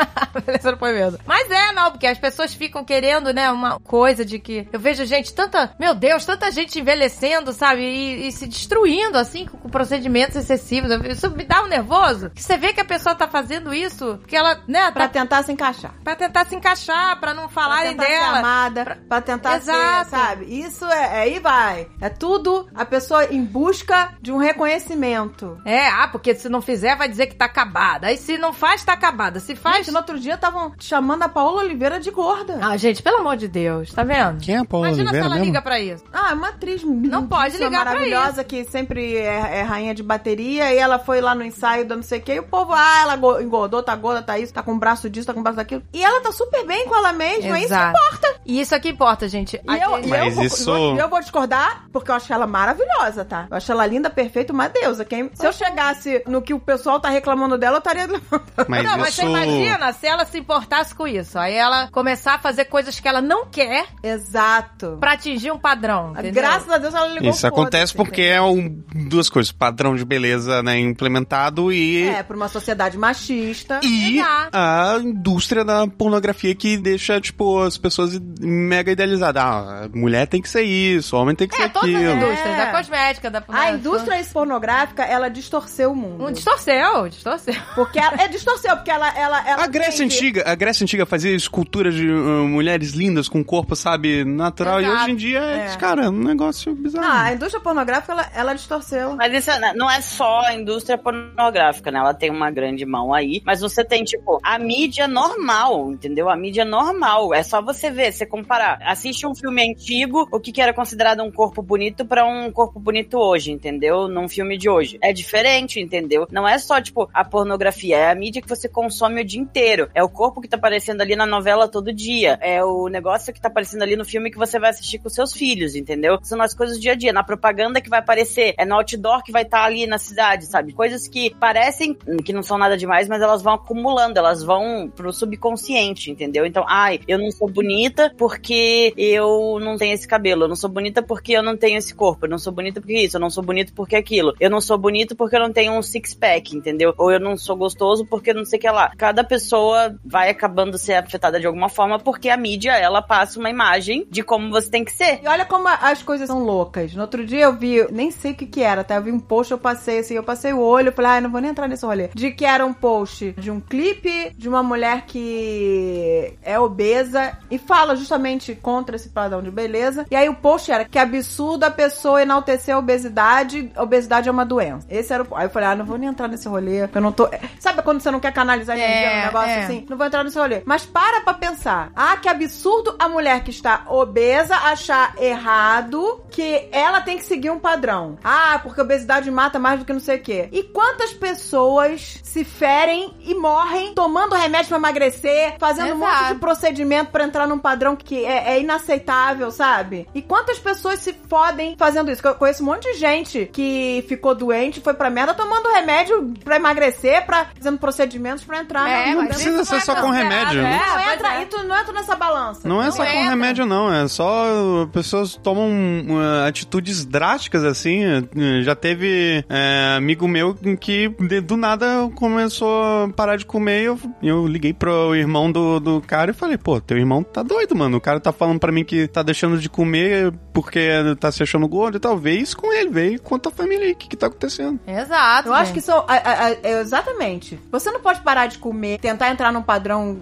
S2: Beleza, não foi mesmo. Mas é, não, porque as pessoas ficam querendo, né, uma coisa de que. Eu vejo gente, tanta. Meu Deus, tanta gente envelhecendo, sabe? E, e se destruindo, assim, com, com procedimentos excessivos. Eu- Isso me dá um nervoso. Que você vê que a pessoa tá fazendo isso, porque ela, né,
S3: Pra
S2: tá.
S3: tentar se encaixar.
S2: Pra tentar se encaixar, pra não
S3: Pra
S2: falarem
S3: tentar ser
S2: dela.
S3: amada,
S2: Pra-
S3: pra, tentar
S2: Exato.
S3: ser, sabe? Isso é, aí vai. É tudo a pessoa em busca de um reconhecimento.
S2: É, ah, porque se não fizer, vai dizer que tá acabada. Aí se não faz, tá acabada. Se faz.
S3: Gente, no outro dia estavam chamando a Paola Oliveira de gorda.
S2: Ah, gente, pelo amor de Deus, tá vendo?
S4: Quem é a Paula
S2: Imagina se
S4: Oliveira
S2: ela
S4: mesmo?
S2: liga pra isso.
S3: Ah, é uma atriz
S2: Não pode
S3: lindíssima,
S2: ligar pra
S3: maravilhosa que sempre é, é rainha de bateria e ela foi lá no ensaio do não sei o que e o povo, ah, ela go- engordou, tá gorda, tá isso, tá com um braço disso, tá com um braço daquilo. E ela tá super bem com ela mesma, é isso que
S2: Exato.
S3: importa.
S2: E isso aqui importa, gente.
S3: E eu, e eu,
S4: Mas
S3: vou,
S4: isso-
S3: eu vou- eu vou discordar, porque eu acho ela maravilhosa, tá? Eu acho ela linda, perfeita, uma deusa. Quem, se eu chegasse no que o pessoal tá reclamando dela, eu estaria levantando.
S4: Mas
S2: não, mas
S4: isso...
S2: você imagina se ela se importasse com isso. Aí ela começar a fazer coisas que ela não quer
S3: Exato.
S2: pra atingir um padrão. entendeu?
S3: Graças a Deus ela ligou
S4: Isso
S3: foda-se,
S2: assim,
S4: acontece porque
S2: né?
S4: é um, duas coisas. Padrão de beleza, né, implementado e...
S3: É, pra uma sociedade machista.
S4: E
S2: Exato.
S4: a indústria da pornografia que deixa, tipo, as pessoas mega idealizada. Ah, mulher tem que ser isso, homem tem que ser
S2: É, todas as
S4: aquilo.
S2: indústrias, da cosmética, da...
S3: A indústria pornográfica, ela distorceu o mundo.
S2: Não, é um distorceu, distorceu.
S3: Porque ela, é, distorceu, porque ela... ela, ela
S4: A Grécia
S3: entende-
S4: Antiga, a Grécia Antiga fazia esculturas de uh, mulheres lindas com corpo, sabe, natural. E
S2: Exato. Ah,
S4: hoje em dia,
S3: É.
S4: cara, é um negócio bizarro.
S3: Não, Ah, a indústria pornográfica, ela, ela distorceu.
S5: Mas isso não é só a indústria pornográfica, né? Ela tem uma grande mão aí. Mas você tem, tipo, a mídia normal, entendeu? A mídia normal. É só você ver, você comparar. Assiste um filme antigo, o que, que era considerado um corpo bonito pra um corpo bonito hoje, entendeu? Num filme de hoje. É diferente, entendeu? Não é só, tipo, a pornografia. É a mídia que você consome o dia inteiro. É o corpo que tá aparecendo ali na novela todo dia. É o negócio que tá aparecendo ali no filme que você vai assistir com seus filhos, entendeu? São as coisas do dia a dia. Na propaganda que vai aparecer. É no outdoor que vai estar ali na cidade, sabe? Coisas que parecem que não são nada demais, mas elas vão acumulando. Elas vão pro subconsciente, entendeu? Então, ai, eu não sou bonita porque eu não tenho esse cabelo. Eu não sou bonita porque eu não tenho esse corpo. Eu não sou bonita porque isso. Eu não sou bonito porque aquilo. Eu não sou bonito porque eu não tenho um six-pack, entendeu? Ou eu não sou gostoso porque não sei o que lá. Cada pessoa vai acabando ser afetada de alguma forma porque a mídia, ela passa uma imagem de como você tem que ser.
S3: E olha como a- as coisas são loucas. No outro dia eu vi, nem sei o que que era, tá? Eu vi um post, eu passei assim, eu passei o olho, eu falei, ai, não vou nem entrar nesse rolê. De que era um post de um clipe de uma mulher que é obesa e fala justamente contra esse padrão de beleza. E aí o post era que absurdo a pessoa enaltecer a obesidade, a obesidade é uma doença. Esse era o. Aí eu falei, ah, não vou nem entrar nesse rolê, porque eu não tô. Sabe quando você não quer canalizar energia
S2: É,
S3: num negócio
S2: é.
S3: assim? não vou entrar nesse rolê. Mas para pra pensar. Ah, que absurdo a mulher que está obesa achar errado que ela tem que seguir um padrão. Ah, porque a obesidade mata mais do que não sei o quê. E quantas pessoas se ferem e morrem tomando remédio pra emagrecer, fazendo um monte
S2: Exato.
S3: de procedimento pra entrar num padrão que é, é inaceitável, sabe? E quantas pessoas se fodem fazendo isso? Eu conheço um monte de gente que ficou doente, foi pra merda tomando remédio pra emagrecer, pra fazendo procedimentos pra entrar
S2: É, mas
S3: no, no
S4: precisa
S2: isso
S4: ser
S2: vai
S4: só com
S2: cancelar,
S4: remédio.
S2: né?
S3: não,
S2: Pois
S3: Então entra,
S2: é.
S3: e tu não entra nessa balança.
S4: Não é
S2: Não
S4: só com
S2: entra.
S4: remédio, não. É só. uh, Pessoas tomam uh, atitudes drásticas, assim. Uh, Já teve é, amigo meu que de- do nada começou a parar de comer. E eu, eu liguei pro irmão do, do cara e falei: pô, teu irmão tá doido, mano. O cara tá falando pra mim que tá deixando de comer porque tá se achando gordo e tal. Vê isso com ele, vê com a tua família aí. O que, que tá acontecendo?
S2: é. Exato.
S3: Eu acho que
S2: gente.
S3: são. a- a- a- é exatamente. Você não pode parar de comer, tentar entrar num padrão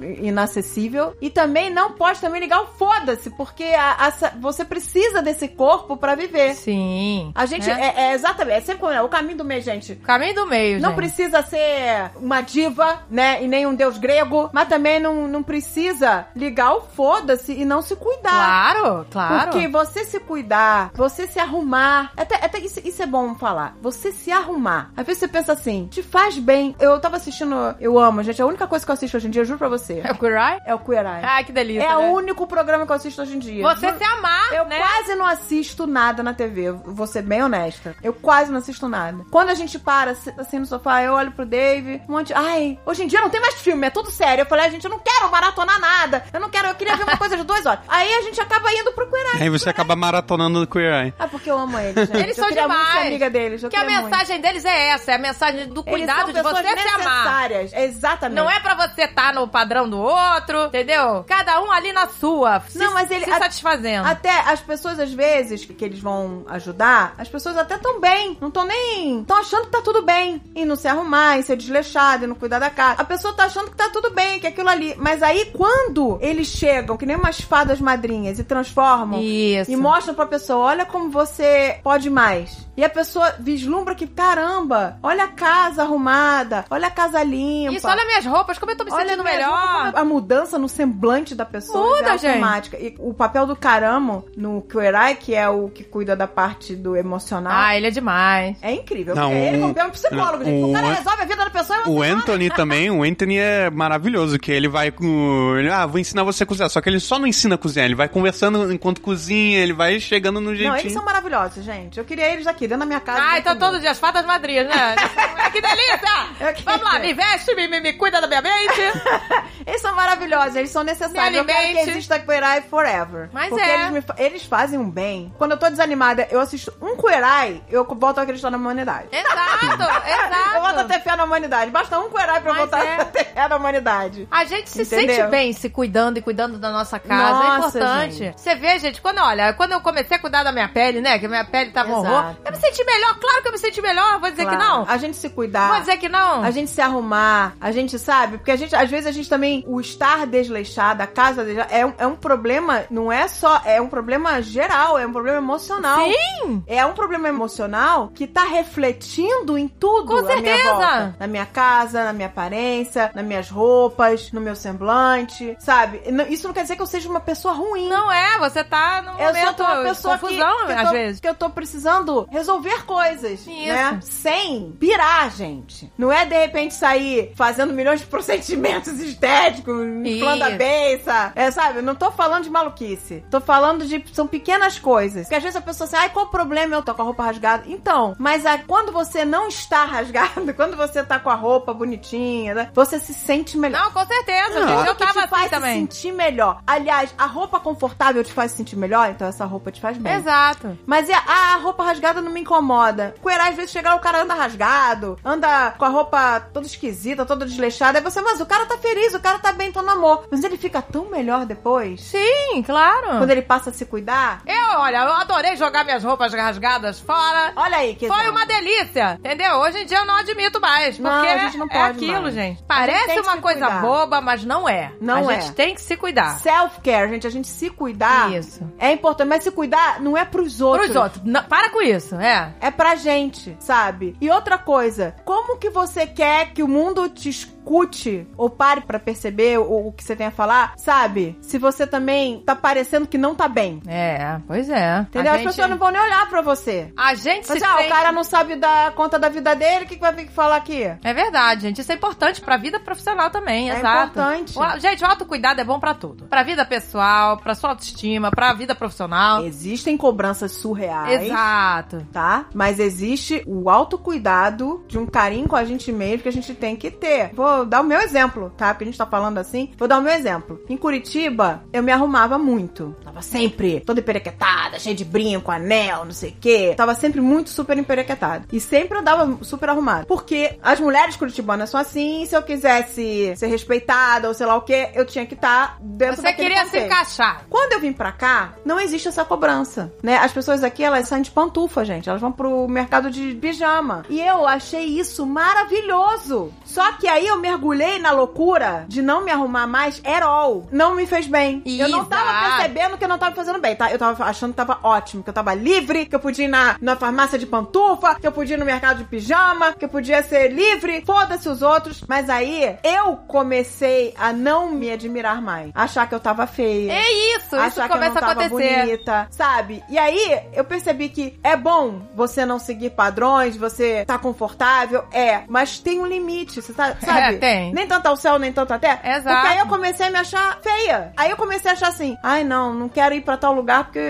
S3: inacessível. E também não pode também ligar o foda-se, porque a- a sa- você precisa desse corpo pra viver.
S2: Sim.
S3: A gente.
S2: Né?
S3: É, é exatamente. É sempre como é, o caminho do meio, gente.
S2: Caminho do meio,
S3: Não
S2: gente.
S3: precisa ser uma diva, né? E nem um deus grego. Mas também não, não precisa ligar o foda-se e não se cuidar.
S2: Claro, claro.
S3: Porque você se cuidar, você se arrumar. Até, até isso, isso é bom falar. Você se arrumar. Às vezes você pensa assim, te faz bem. Eu tava assistindo. Eu amo, gente. é A única coisa que eu assisto hoje em dia, eu juro pra você,
S2: É o Queer
S3: é o Queer Eye.
S2: Ai, que delícia.
S3: É o
S2: né?
S3: único programa que eu assisto hoje em dia.
S2: Você
S3: Juro-
S2: se amar,
S3: eu
S2: né?
S3: quase não assisto nada na TV, eu vou ser bem honesta. Eu quase não assisto nada. Quando a gente para se- assim no sofá, eu olho pro Dave, um monte. Ai, hoje em dia não tem mais filme, é tudo sério. Eu falei, gente, eu não quero maratonar nada. Eu não quero, eu queria ver uma coisa de duas horas. Aí a gente acaba indo pro Queer Eye.
S4: Aí você acaba maratonando o Queer Eye.
S3: Ah, porque eu amo eles, gente.
S2: Eles
S3: eu
S2: são
S3: queria muito ser
S2: demais.
S3: amiga deles. Eu
S2: Porque a
S3: queria muito.
S2: mensagem deles é essa, é a mensagem do
S3: Eles
S2: cuidado
S3: são
S2: de
S3: pessoas
S2: você é se amar.
S3: necessárias. Exatamente.
S2: Não é pra você estar no padrão do outro, entendeu? Cada um ali na sua, se,
S3: Não, mas ele-
S2: se
S3: a-
S2: satisfazendo.
S3: Até as pessoas, às vezes, que eles vão ajudar, as pessoas até tão bem. Não tão nem. Estão achando que tá tudo bem. Em não se arrumar, em ser desleixado, em não cuidar da casa. A pessoa tá achando que tá tudo bem, que é aquilo ali. Mas aí, quando eles chegam, que nem umas fadas madrinhas, e transformam.
S2: Isso.
S3: E mostram pra pessoa, olha como você pode mais. E a pessoa vislumbra que, caramba, olha a casa arrumada, olha a casa limpa.
S2: Isso, olha minhas roupas, como eu tô me sentindo
S3: mesmo
S2: melhor.
S3: como A mudança no semblante da pessoa
S2: Muda,
S3: é automática. E o papel do caramo no Queer Eye, que é o que cuida da parte do emocional,
S2: Ah, ele é demais.
S3: é incrível.
S4: Não,
S3: Porque ele
S4: o-
S3: é um psicólogo,
S4: não,
S3: gente. O,
S4: o
S3: cara
S4: An-
S3: resolve a vida da pessoa e
S4: O Anthony também, o Anthony é maravilhoso, que ele vai com. ele, ah, vou ensinar você a cozinhar. Só que ele só não ensina a cozinhar, ele vai conversando enquanto cozinha, ele vai chegando no jeitinho.
S3: Não, eles são maravilhosos, gente. Eu queria eles aqui, dentro da minha casa.
S2: Ah,
S3: dentro
S2: então
S3: do
S2: todo
S3: meu.
S2: dia as fadas madrinhas, né? É que delícia!
S3: Eu queria.
S2: Vamos lá, me veste, me, me, me cuida da minha mente.
S3: Eles são maravilhosos, eles são necessários.
S2: Me
S3: Eu quero que
S2: alimente.
S3: exista Queer Eye forever.
S2: Mas
S3: porque
S2: é.
S3: eles, me fa- eles fazem um bem. Quando eu tô desanimada, eu assisto um Queer Eye, eu volto a acreditar na humanidade.
S2: exato,
S3: Ah, Eu volto a
S2: É, exato.
S3: ter fé na humanidade. Basta um coerai pra eu
S2: Mas
S3: voltar
S2: é.
S3: a ter fé na humanidade.
S2: A gente se
S3: Entendeu?
S2: sente bem se cuidando e cuidando da nossa casa. é
S7: Nossa,
S2: importante.
S7: gente.
S2: Você vê, gente, quando olha, quando eu comecei a cuidar da minha pele, né? Que minha pele tava um
S7: Exato.
S2: horror. Eu me senti melhor, claro que eu me senti melhor. Vou dizer
S3: Claro.
S2: é que não.
S3: A gente se cuidar.
S2: Vou dizer que não.
S3: A gente se arrumar, a gente sabe, porque a gente, às vezes a gente também, o estar desleixada, a casa desleixada, é um, é um problema, não é só, é um problema geral, é um problema emocional. Sim! É um problema emocional que tá refletindo em tudo
S2: Com
S3: à minha
S2: certeza.
S3: volta. Na minha casa, na minha aparência, nas minhas roupas, no meu semblante, sabe? E não- Isso não quer dizer que eu seja uma pessoa ruim.
S2: Não é, você tá num
S3: Eu só
S2: momento
S3: tô uma
S2: de
S3: pessoa
S2: confusão,
S3: que, que eu
S2: às
S3: tô,
S2: vezes.
S3: que eu tô precisando resolver coisas,
S2: Isso.
S3: né? Sem pirar, gente. Não é, de repente, sair fazendo milhões de procedimentos estéticos, inflando a
S2: Isso.
S3: beça. É, sabe? Eu Não tô falando de maluquice. Tô falando de... São pequenas coisas. Porque às vezes a pessoa assim, ai, qual o problema? Eu tô com a roupa rasgada. Então, mas a- quando você não está rasgada, quando você tá com a roupa bonitinha, né, você se sente melhor.
S2: Não, com certeza,
S4: Não,
S2: gente.
S3: Tudo
S2: Eu
S3: que
S2: tava
S3: te faz
S2: assim
S3: se
S2: também.
S3: sentir melhor. Aliás, a roupa confortável te faz sentir melhor, então essa roupa te faz bem.
S2: Exato.
S3: Mas é, ah, a roupa rasgada não me incomoda. Coerá, às vezes, chega lá, o cara anda rasgado, anda com a roupa toda esquisita, toda desleixada. Aí você, mas o cara tá feliz, o cara tá bem, tá no amor. Mas ele fica tão melhor depois,
S2: Sim, claro.
S3: quando ele passa a se cuidar.
S2: Eu, olha, eu adorei jogar minhas roupas rasgadas fora.
S3: Olha aí, que
S2: Foi
S3: exemplo.
S2: uma delícia, entendeu? Hoje em dia eu não admito mais, porque
S3: Não, a gente não
S2: é
S3: pode
S2: aquilo,
S3: mais.
S2: gente.
S3: tem
S2: Parece
S3: que
S2: uma
S3: se
S2: coisa
S3: cuidar.
S2: boba, mas não é.
S3: Não
S2: a
S3: é.
S2: gente tem que se cuidar.
S3: Self-care, gente, a gente se cuidar
S2: Isso.
S3: é importante, mas se cuidar não é pros outros.
S2: Pros outros. Não, para com isso, é.
S3: É pra gente, sabe? E outra coisa, como que você quer que o mundo te escute ou pare pra perceber o, o que você tem a falar, sabe? Se você também tá parecendo que não tá bem.
S2: É, pois é.
S3: Entendeu?
S2: A
S3: As pessoas não vão nem olhar pra você.
S2: A gente
S3: Mas,
S2: se
S3: ah,
S2: sente...
S3: o cara não sabe dar conta da vida dele, o que, que vai vir falar aqui?
S2: É verdade, gente. Isso é importante pra vida profissional também,
S3: É
S2: exato.
S3: importante.
S2: O- gente, o autocuidado é bom pra tudo. Pra vida pessoal, pra sua autoestima, pra vida profissional.
S3: Existem cobranças surreais.
S2: Exato.
S3: Tá? Mas existe o autocuidado de um carinho com a gente mesmo que a gente tem que ter. Vou dar o meu exemplo, tá? Porque a gente tá falando assim. Vou dar o meu exemplo. Em Curitiba, eu me arrumava muito. Tava sempre toda emperequetada, cheia de brinco, anel, não sei o quê. Tava sempre muito super emperequetada. E sempre eu dava super arrumada. Porque as mulheres curitibanas são assim. e Se eu quisesse ser respeitada ou sei lá o quê, eu tinha que estar dentro
S2: Você
S3: daquele
S2: queria se
S3: contexto.
S2: encaixar.
S3: Quando eu vim pra cá, não existe essa cobrança, né? As pessoas aqui, elas saem de pantufa, gente. Elas vão pro mercado de pijama. E eu achei isso maravilhoso. Só que aí eu mergulhei na loucura de não me arrumar mais at all. Não me fez bem. Eu não
S2: Exato.
S3: tava percebendo que eu não tava fazendo bem, tá? Eu tava achando que tava ótimo, que eu tava livre, que eu podia ir na, na farmácia de pantufa, que eu podia ir no mercado de pijama, que eu podia ser livre. Foda-se os outros. Mas aí, eu comecei a não me admirar mais. Achar que eu tava feia
S2: É isso, isso
S3: achar que eu não
S2: começa a
S3: tava
S2: acontecer.
S3: bonita, sabe? E aí eu percebi que é bom você não seguir padrões, você tá confortável, é, mas tem um limite, você tá, sabe?
S2: É, tem.
S3: Nem tanto ao céu, nem tanto à terra.
S2: Exato.
S3: Porque aí eu comecei a me achar feia. Aí eu comecei a achar assim, ai não, não quero ir pra tal lugar porque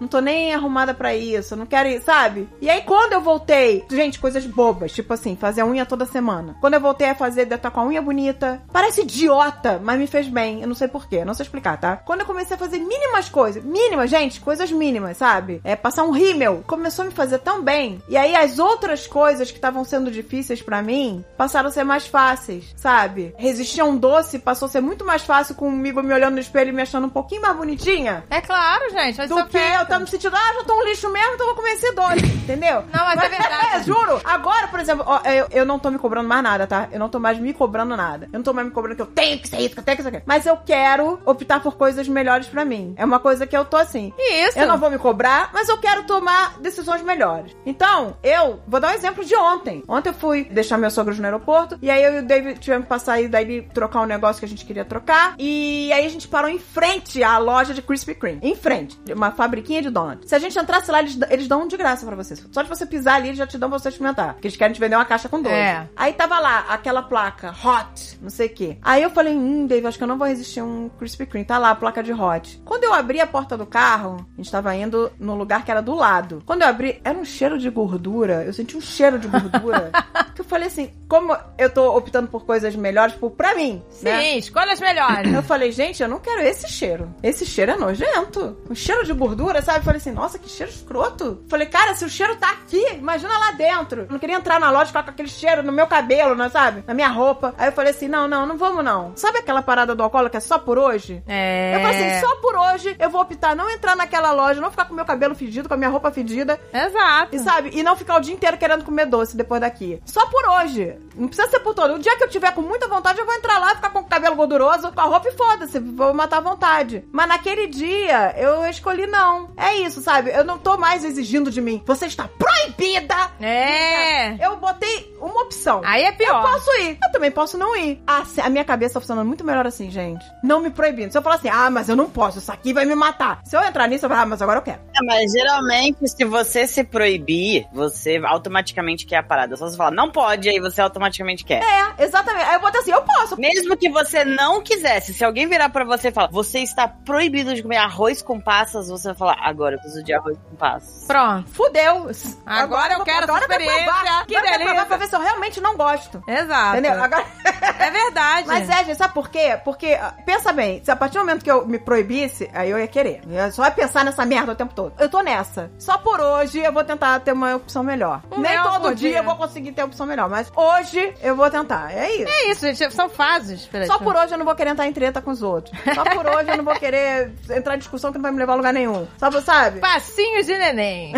S3: não tô nem arrumada pra isso, não quero ir, sabe? E aí quando eu voltei, gente, coisas bobas, tipo assim, fazer a unha toda semana. Quando eu voltei a fazer, eu tá com a unha bonita. Parece idiota, mas me fez bem. Eu não sei porquê, não sei explicar, tá? Quando eu comecei a fazer mínimas coisas, mínimas, gente, coisas mínimas, sabe? É passar um rímel, começou a me fazer tão bem. E aí as outras coisas que estavam sendo difíceis pra mim passaram a ser mais fáceis, sabe? Resistir a um doce passou a ser muito mais fácil comigo me olhando no espelho e me achando um pouquinho mais bonitinha.
S2: É claro, gente. Mas
S3: Do que eu tava me sentindo, ah, já tô um lixo mesmo, então eu vou comer esse doce, entendeu?
S2: Não, mas é verdade.
S3: juro. Agora, por exemplo, ó, eu, eu não tô me cobrando mais nada, tá? Eu não tô mais me cobrando nada. Eu não tô mais me cobrando que eu tenho que ser isso, que eu tenho que ser aquilo. Mas eu quero optar por coisas melhores pra mim. É uma coisa que eu tô assim.
S2: Isso.
S3: Eu não vou me cobrar, mas eu quero tomar decisões melhores. Então, eu vou dar um exemplo de ontem. Ontem eu fui deixar meus sogros no aeroporto, e aí eu e o David tivemos que passar e daí trocar um negócio que a gente queria trocar. E aí a gente parou em frente à loja de Krispy Kreme. Em frente. Uma fabriquinha de donuts. Se a gente entrasse lá, eles, d- eles dão um de graça pra você. Só de você pisar ali, eles já te dão pra você experimentar. Porque eles querem te vender uma caixa com dois.
S2: É.
S3: Aí tava lá, aquela placa, hot, não sei o quê. Aí eu falei, hum, Dave, acho que eu não vou resistir a um Krispy Kreme. Tá lá a placa de hot. Quando eu abri a porta do carro, a gente tava indo no lugar que era do lado. Quando eu abri, era um cheiro de gordura. Eu senti um cheiro de gordura. que eu falei assim, como eu tô optando por coisas melhores, por pra mim,
S2: Sim,
S3: né?
S2: escolhas melhores.
S3: Eu falei, gente, eu não quero esse cheiro. Esse cheiro é nojento. Um cheiro de gordura, sabe? Falei assim, nossa, que cheiro escroto. Falei, cara, se o cheiro tá aqui, imagina lá dentro. Eu não queria entrar na loja e ficar com aquele cheiro no meu cabelo, né, sabe? Na minha roupa. Aí eu falei assim, não, não, não vamos não. Sabe aquela parada do alcoólatra que é só por hoje?
S2: É.
S3: Eu falei assim, só por hoje eu vou optar não entrar naquela loja, não ficar com meu cabelo fedido, com a minha roupa fedida.
S2: Exato.
S3: E sabe, e não ficar o dia inteiro querendo comer doce depois daqui. Só por hoje. Não precisa ser por todo. O dia que eu tiver com muita vontade, eu vou entrar lá, ficar com o cabelo gorduroso, com a roupa e foda-se, vou matar a vontade. Mas naquele dia, eu escolhi não. É isso, sabe? Eu não tô mais exigindo de mim. Você está proibida!
S2: É.
S3: Eu botei uma opção.
S2: Aí é
S3: Eu
S2: pior.
S3: posso ir. Eu também posso não ir. Ah, se- a minha cabeça tá funcionando muito melhor assim, gente. Não me proibindo. Se eu falar assim, ah, mas eu não posso, isso aqui vai me matar. Se eu entrar nisso, eu falo, ah, mas agora eu quero.
S5: É, mas geralmente, se você se proibir, você automaticamente quer a parada. Só você falar, não pode, aí você automaticamente quer.
S3: É, exatamente. Aí eu botei assim, eu posso.
S5: Mesmo que você não quisesse, se alguém virar pra você e falar, você está proibido de comer arroz com passas, você vai falar, agora eu preciso de arroz com passas.
S2: Pronto.
S3: Fudeu.
S2: Agora eu quero
S3: agora
S2: essa experiência.
S3: Agora eu quero provar.
S2: Que
S3: Agora eu quero
S2: delícia.
S3: provar pra ver se eu realmente não gosto.
S2: Exato.
S3: Entendeu? Agora...
S2: É verdade.
S3: Mas é, gente, sabe por quê? Porque, ah, pensa bem, se a partir do momento que eu me proibisse, aí eu ia querer. Eu ia só ia pensar nessa merda o tempo todo. Eu tô nessa. Só por hoje eu vou tentar ter uma opção melhor.
S2: Um
S3: Nem
S2: real
S3: todo
S2: por
S3: dia
S2: dia.
S3: eu vou conseguir ter opção melhor, mas hoje eu vou tentar. É isso.
S2: É isso, gente. São fases. Peraí,
S3: Só
S2: deixa eu-
S3: por hoje eu não vou querer entrar em treta com os outros. Só por hoje eu não vou querer entrar em discussão que não vai me levar a lugar nenhum. Só por- sabe?
S2: Passinhos de neném.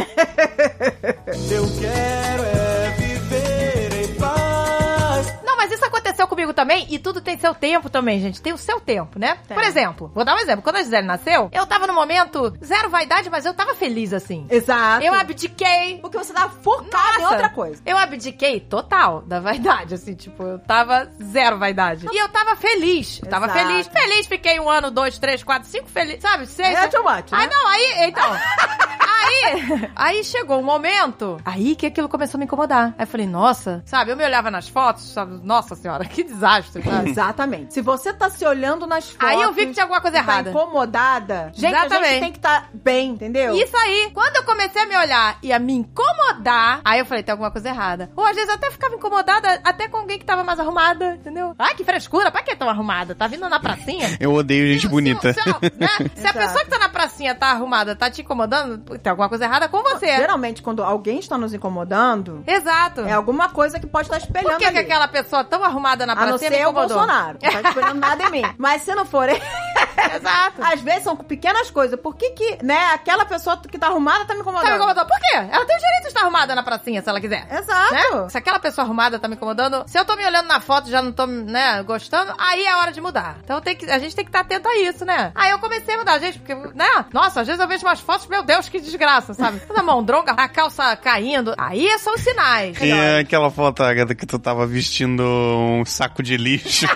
S1: Eu quero é viver em paz.
S2: Não, mas isso aconteceu comigo também e tudo tem seu tempo também, gente. Tem o seu tempo, né?
S3: Tem.
S2: Por exemplo, vou dar um exemplo. Quando a Gisele nasceu, eu tava no momento zero vaidade, mas eu tava feliz assim.
S3: Exato.
S2: Eu abdiquei.
S3: Porque você tava focado em
S2: Nossa,
S3: outra coisa.
S2: Eu abdiquei total da vaidade, assim, tipo, eu tava zero vaidade. E eu tava feliz. Eu tava
S3: Exato.
S2: feliz. Feliz, fiquei um ano, dois, três, quatro, cinco, feliz, sabe? Seis.
S3: É too much,
S2: Ah,
S3: né?
S2: não, aí, então. aí, aí chegou um momento, aí que aquilo começou a me incomodar. Aí eu falei, nossa, sabe? Eu me olhava nas fotos, sabe? Nossa senhora, que desastre, sabe?
S3: Ah, Exatamente. Se você tá se olhando nas fotos...
S2: Aí eu vi que tinha alguma coisa
S3: e Tá
S2: errada.
S3: incomodada. Gente, a
S2: Exatamente.
S3: gente tem que estar bem, entendeu?
S2: Isso aí. Quando eu comecei a me olhar e a me incomodar, aí eu falei, tem alguma coisa errada. Ou às vezes eu até ficava incomodada até com alguém que tava mais arrumada, entendeu? Ai, que frescura, pra que tão arrumada? Tá vindo na pracinha?
S4: Eu odeio gente
S2: Se-
S4: bonita.
S2: Se, né? Se a
S3: Exato.
S2: pessoa que tá na pracinha tá arrumada, tá te incomodando, tem alguma coisa errada com você.
S3: Geralmente, quando alguém está nos incomodando,
S2: Exato.
S3: é alguma coisa que pode estar espelhando
S2: Por que, que
S3: ali.
S2: aquela pessoa tão arrumada na
S3: A
S2: pracinha me
S3: não ser o
S2: incomodou?
S3: Bolsonaro. Não tá espelhando nada em mim. Mas se não for...
S2: Exato.
S3: Às vezes são pequenas coisas. Por que que, né, aquela pessoa que tá arrumada tá me incomodando?
S2: Tá me incomodando. Por quê? Ela tem o direito de estar arrumada na pracinha, se ela quiser.
S3: Exato.
S2: Né? Se aquela pessoa arrumada tá me incomodando, se eu tô me olhando na foto e já não tô, né, gostando, aí é a hora de mudar. Então tem que, a gente tem que estar atento a isso, né? Aí eu comecei a mudar, gente, porque, né? Nossa, às vezes eu vejo umas fotos, meu Deus, que desgraça, sabe? Toda mondronga, a calça caindo. Aí são sinais.
S4: E é aquela foto, Agatha, que tu tava vestindo um saco de lixo.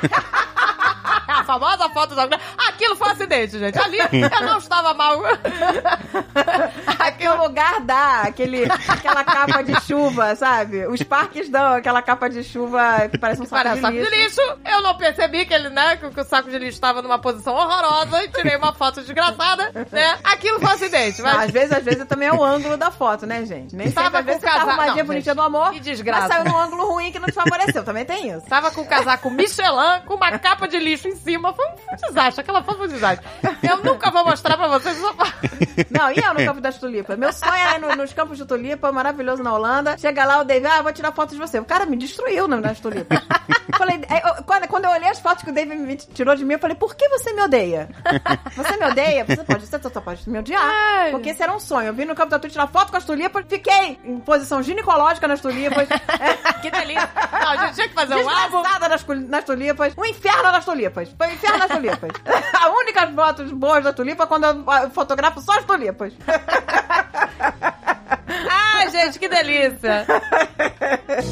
S2: A famosa foto da... Aquilo foi um acidente, gente. Ali eu não estava mal.
S3: Aquele lugar dá, aquele, aquela capa de chuva, sabe? Os parques dão aquela capa de chuva que parece um
S2: Tá
S3: saco
S2: Para
S3: de
S2: saco de
S3: lixo.
S2: lixo, eu não percebi que ele, né, que, que o saco de lixo estava numa posição horrorosa e tirei uma foto desgraçada, né? Aquilo foi um acidente,
S3: Não,
S2: mas
S3: às vezes, às vezes também é o ângulo da foto, né, gente? Nem
S2: Tava
S3: sempre, às
S2: com
S3: vezes você tá
S2: casaco-
S3: arrumadinha
S2: não,
S3: bonitinha
S2: gente,
S3: do amor,
S2: que desgraça.
S3: mas saiu num ângulo ruim que não te favoreceu. Também tem isso.
S2: Tava com o casaco Michelin, com uma capa de lixo em cima. Foi um foi um desastre, aquela foto foi um desastre. Eu nunca vou mostrar pra vocês. Só...
S3: Não, e eu no campo das tulipas? Meu sonho era ir no- nos campos de tulipa, maravilhoso na Holanda. Chega lá, o David, ah, vou tirar foto de você. O cara me destruiu no- nas tulipas. falei, aí, eu- quando, quando eu olhei as fotos que o David me tirou de mim, eu falei, por que você me odeia? Você me odeia? Você pode, você só pode me odiar.
S2: Ai.
S3: Porque esse era um sonho. Eu vim no campo da tulipa tirar foto com as tulipas, fiquei em posição ginecológica nas tulipas.
S2: que delícia. Não, a gente tinha que fazer um álbum.
S3: Desgraçada nas, cul- nas tulipas. Um inferno nas tulipas. Foi um inferno nas tulipas. a única fotos boas da tulipa é quando eu ah, fotografo só as tulipas.
S2: Ai, gente, que delícia.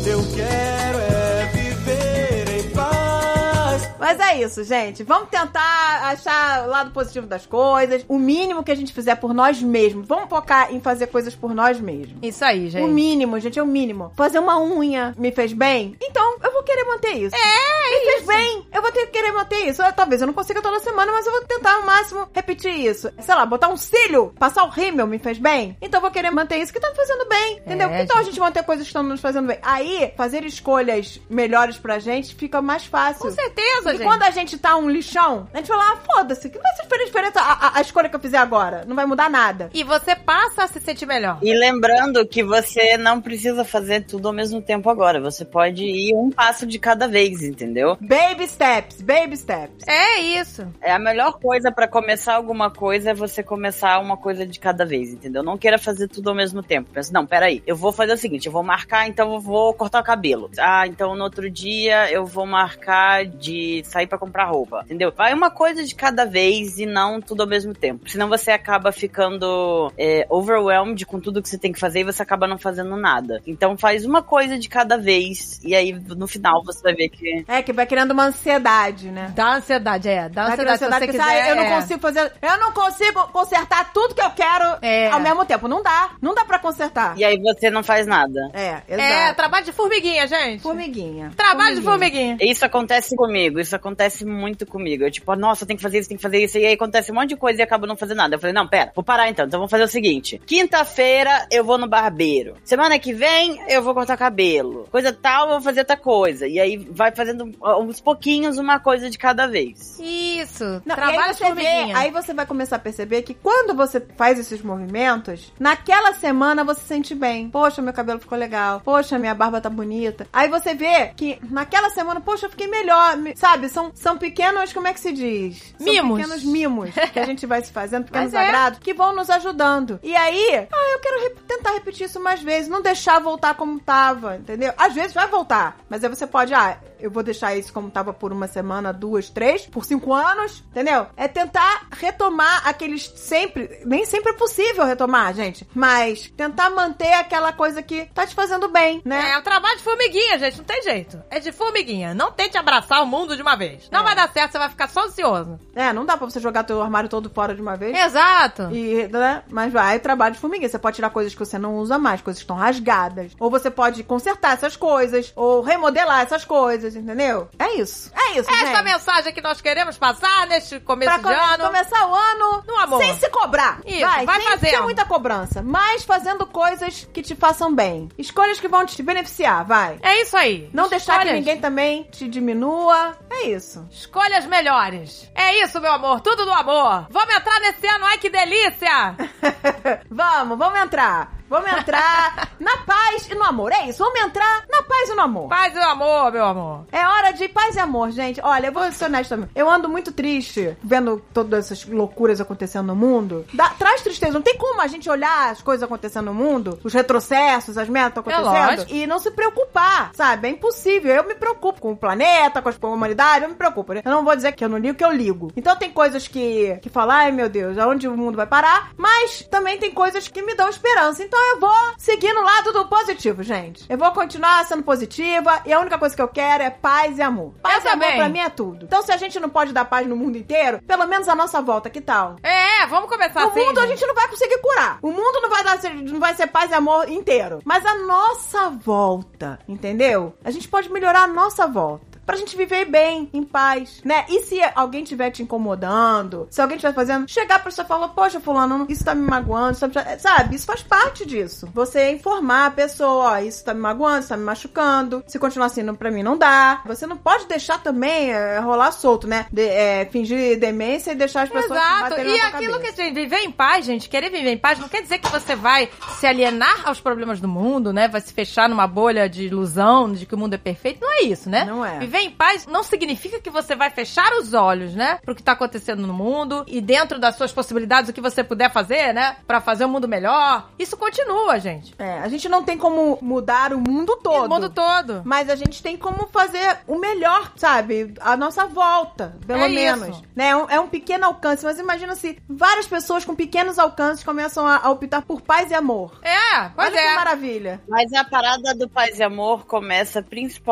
S1: Eu quero é viver em paz.
S3: Mas é isso, gente. Vamos tentar achar o lado positivo das coisas. O mínimo que a gente fizer por nós mesmos. Vamos focar em fazer coisas por nós mesmos.
S2: Isso aí,
S3: O
S2: gente.
S3: mínimo, gente, é o mínimo. Fazer uma unha me fez bem? Então, eu vou querer manter isso. É, Me fez bem? Eu vou ter que querer manter isso. Eu- talvez eu não consiga toda semana, mas eu vou tentar ao máximo repetir isso. Sei lá, botar um cílio, passar o rímel me fez bem? Então, eu vou querer manter isso que tá me fazendo bem, entendeu?
S2: É,
S3: então, a
S2: gente.
S3: gente manter coisas que estão nos fazendo bem. Aí, fazer escolhas melhores pra gente fica mais fácil.
S2: Com certeza,
S3: E
S2: gente.
S3: quando a a gente tá um lixão, a gente fala, ah, foda-se, que vai ser diferente, diferente a, a- a escolha que eu fizer agora. Não vai mudar nada.
S2: E você passa a se sentir melhor.
S5: E lembrando que você não precisa fazer tudo ao mesmo tempo agora. Você pode ir um passo de cada vez, entendeu?
S3: Baby steps, baby steps.
S2: É isso.
S5: É a melhor coisa pra começar alguma coisa é você começar uma coisa de cada vez, entendeu? Não queira fazer tudo ao mesmo tempo. Pensa, não, peraí, eu vou fazer o seguinte, eu vou marcar, então eu vou cortar o cabelo. Ah, então no outro dia eu vou marcar de sair pra comprar roupa, entendeu? Vai uma coisa de cada vez e não tudo ao mesmo tempo. Senão você acaba ficando é, overwhelmed com tudo que você tem que fazer e você acaba não fazendo nada. Então faz uma coisa de cada vez e aí no final você vai ver que
S3: É, que vai criando uma ansiedade, né?
S2: Dá ansiedade, é. Dá
S3: Vai criando
S2: ansiedade, se você
S3: porque, ah,
S2: quiser.
S3: eu
S2: é.
S3: não consigo fazer. Eu não consigo consertar tudo que eu quero
S2: É.
S3: ao mesmo tempo. Não dá. Não dá pra consertar.
S5: e aí você não faz nada.
S3: É, exato.
S2: É, trabalho de formiguinha, gente.
S3: Formiguinha.
S2: Trabalho de formiguinha.
S5: Isso acontece comigo, isso acontece muito comigo. Eu, tipo, nossa, tem que fazer isso, tem que fazer isso. E aí acontece um monte de coisa e acabo não fazendo nada. Eu falei, não, pera, vou parar então. Então vamos fazer o seguinte: quinta-feira eu vou no barbeiro. Semana que vem eu vou cortar cabelo. Coisa tal, eu vou fazer outra coisa. E aí vai fazendo uns pouquinhos uma coisa de cada vez.
S2: Isso.
S3: Não, e
S2: trabalho
S3: aí
S2: de
S3: você vê,
S2: formiguinha.
S3: aí você vai começar a perceber que quando você faz esses movimentos, naquela semana você se sente bem. Poxa, meu cabelo ficou legal. Poxa, minha barba tá bonita. Aí você vê que naquela semana, poxa, eu fiquei melhor. me- Sabe, são, são pequenos, como é que se diz? São
S2: Mimos.
S3: pequenos mimos que a gente vai se fazendo, pequenos
S2: Mas é.
S3: agrados, que vão nos ajudando. E aí, ah, eu quero rep- tentar repetir isso mais vezes, não deixar voltar como tava, entendeu? Às vezes vai voltar, mas aí você pode, ah, eu vou deixar isso como tava por uma semana, duas, três, por cinco anos, entendeu? É tentar retomar aqueles sempre, nem sempre é possível retomar, gente, mas tentar manter aquela coisa que tá te fazendo bem, né?
S2: É, o trabalho de formiguinha, gente, não tem jeito. É de formiguinha. Não tente abraçar o mundo de uma vez. Não vai dar certo, você vai ficar só ansioso.
S3: É, não dá pra você jogar teu armário todo fora de uma vez.
S2: Exato.
S3: E, né? Mas vai, trabalho de formiguinha. Você pode tirar coisas que você não usa mais, coisas que estão rasgadas. Ou você pode consertar essas coisas, ou remodelar essas coisas, entendeu? É isso. É isso,
S2: Esta
S3: gente.
S2: mensagem que nós queremos passar neste começo
S3: Pra
S2: de
S3: come-
S2: ano.
S3: começar o ano
S2: No amor.
S3: sem se cobrar.
S2: Isso, vai
S3: sem
S2: fazendo.
S3: ter muita cobrança, mas fazendo coisas que te façam bem. Escolhas que vão te beneficiar, vai.
S2: É isso aí.
S3: Não deixar que
S2: Escolhas.
S3: ninguém também te diminua. É isso.
S2: Escolhas melhores. É isso, meu amor. Tudo do amor. Vamos entrar nesse ano. Ai, que delícia.
S3: vamos, vamos entrar. Vamos entrar na paz e no amor. É isso, vamos entrar na paz e no amor.
S2: Paz e amor, meu amor.
S3: É hora de paz e amor, gente. Olha, eu vou ser honesta também. Eu ando muito triste vendo todas essas loucuras acontecendo no mundo. Dá- traz tristeza. Não tem como a gente olhar as coisas acontecendo no mundo, os retrocessos, as metas
S2: É
S3: acontecendo,
S2: lógico.
S3: e não se preocupar, sabe? É impossível. Eu me preocupo com o planeta, com as- com a humanidade, eu me preocupo. né? Eu não vou dizer que eu não ligo, que eu ligo. Então tem coisas que, que falam, ai meu Deus, aonde o mundo vai parar? Mas também tem coisas que me dão esperança. Então eu vou seguir no lado do positivo, gente. Eu vou continuar sendo positiva e a única coisa que eu quero é paz e amor. Paz
S2: Eu
S3: e amor
S2: também.
S3: pra mim é tudo. Então se a gente não pode dar paz no mundo inteiro, pelo menos a nossa volta, que tal?
S2: É, vamos começar
S3: O
S2: assim.
S3: mundo a gente não vai conseguir curar. O mundo não vai dar, não vai ser paz e amor inteiro. Mas a nossa volta, entendeu? A gente pode melhorar a nossa volta. Pra gente viver bem, em paz, né? E se alguém estiver te incomodando, se alguém estiver fazendo, chegar pra você e falar, poxa, fulano, isso tá me magoando, isso tá me... cha-" sabe? Isso faz parte disso. Você informar a pessoa, ó, isso tá me magoando, isso tá me machucando, se continuar assim, não, pra mim não dá. Você não pode deixar também é, rolar solto, né? De- é, fingir demência e deixar as pessoas
S2: Exato.
S3: baterem
S2: E
S3: na tua
S2: aquilo
S3: cabeça.
S2: que assim, viver em paz, gente, querer viver em paz não quer dizer que você vai se alienar aos problemas do mundo, né? Vai se fechar numa bolha de ilusão de que o mundo é perfeito. Não é isso, né?
S3: Não é.
S2: Viver em paz não significa que você vai fechar os olhos, né? Pro que tá acontecendo no mundo e dentro das suas possibilidades, o que você puder fazer, né? Pra fazer o mundo melhor. Isso continua, gente.
S3: É, a gente não tem como mudar o mundo todo.
S2: O mundo todo.
S3: Mas a gente tem como fazer o melhor, sabe? A nossa volta, pelo
S2: É
S3: menos.
S2: isso.
S3: Né? É um- É um pequeno alcance, mas imagina se várias pessoas com pequenos alcances começam a, a optar por paz e amor.
S2: É, pois
S3: Olha que
S2: é.
S3: maravilha.
S5: Mas a parada do paz e amor começa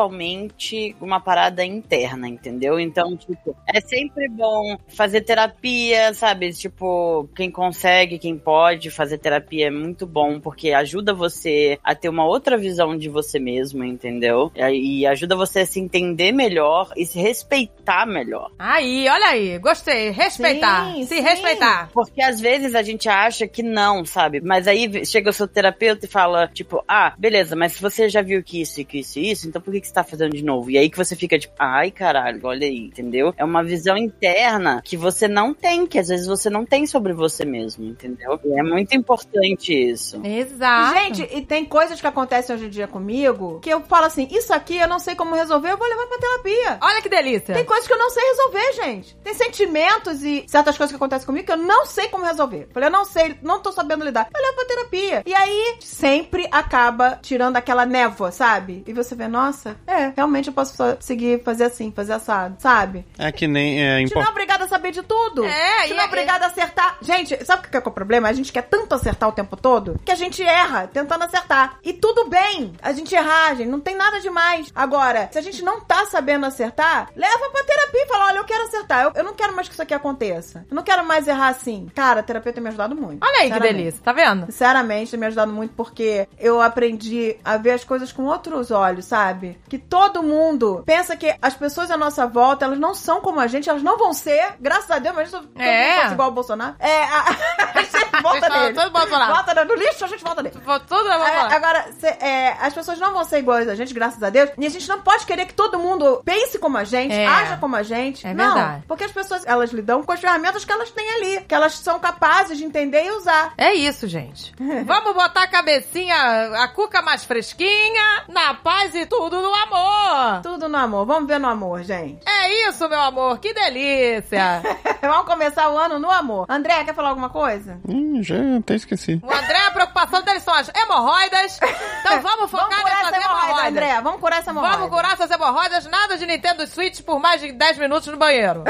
S5: principalmente uma parada interna, entendeu? Então, tipo, é sempre bom fazer terapia, sabe? Tipo, quem consegue, quem pode fazer terapia é muito bom, porque ajuda você a ter uma outra visão de você mesmo, entendeu? E e ajuda você a se entender melhor e se respeitar melhor.
S2: Aí, olha aí. Gostei. Respeitar.
S3: Sim,
S2: se
S3: sim.
S2: respeitar.
S5: Porque às vezes a gente acha que não, sabe? Mas aí chega o seu terapeuta e fala, tipo, ah, beleza, mas você já viu que isso, e que isso e isso, então por que, que você tá fazendo de novo? E aí que você fica tipo, ai caralho, olha aí, entendeu? É uma visão interna que você não tem, que às vezes você não tem sobre você mesmo, entendeu? E é muito importante isso.
S2: Exato.
S3: Gente, e tem coisas que acontecem hoje em dia comigo que eu falo assim: isso aqui eu não sei como resolver, eu vou levar pra terapia.
S2: olha que delícia.
S3: Tem coisas que eu não sei resolver, gente. Tem sentimentos e certas coisas que acontecem comigo que eu não sei como resolver. Falei, eu não sei, não tô sabendo lidar. Eu levo pra terapia. E aí, sempre acaba tirando aquela névoa, sabe? E você vê, nossa, é, realmente eu posso só seguir fazer assim, fazer assado, sabe?
S4: É que nem é
S3: A gente não é
S4: importante.
S3: obrigado a saber de tudo.
S2: É,
S3: a gente
S2: e
S3: não é
S2: é-
S3: obrigado a acertar. Gente, sabe o que é, que é o problema? A gente quer tanto acertar o tempo todo que a gente erra tentando acertar. E tudo bem a gente errar, gente. Não tem nada demais. Agora, se a gente não tá sabendo acertar, leva pra terapia e fala: olha, eu quero acertar. Eu, eu não quero mais que isso aqui aconteça. Eu não quero mais errar assim. Cara, a terapia tem me ajudado muito.
S2: Olha aí que
S3: sinceramente.
S2: delícia, tá vendo?
S3: Sinceramente, tem me ajudado muito porque eu aprendi a ver as coisas com outros olhos, sabe? Que todo mundo pensa que as pessoas à nossa volta, elas não são como a gente, elas não vão ser. Graças a Deus, mas todo
S2: É.
S3: mundo fosse igual ao Bolsonaro. É, a, a gente volta
S2: Todo-
S3: nele.
S2: todo Bolsonaro.
S3: Volta no- no lixo, a gente volta nele.
S2: Vou Tudo eu vou
S3: É,
S2: falar.
S3: agora, cê, é, as pessoas não vão ser iguais a gente, graças a Deus. E a gente não pode querer que todo mundo pense como a gente,
S2: É.
S3: haja como a gente.
S2: É
S3: não,
S2: verdade.
S3: porque as pessoas, elas lidam com as ferramentas que elas têm ali, que elas são capazes de entender e usar.
S2: É isso, gente. Vamos botar a cabecinha, a cuca mais fresquinha, na paz e tudo no amor.
S3: Tudo no amor. Vamos ver no amor, gente.
S2: É isso, meu amor, que delícia.
S3: Vamos começar o ano no amor. André, quer falar alguma coisa?
S4: Hum, já até esqueci.
S2: O André, a preocupação dele são as hemorroidas. Então vamos focar
S3: Vamos curar
S2: nessas
S3: essa hemorroida,
S2: hemorroidas.
S3: André. Vamos curar essa hemorroida.
S2: Vamos curar essas hemorroidas, nada de Nintendo Switch por mais de 10 minutos no banheiro.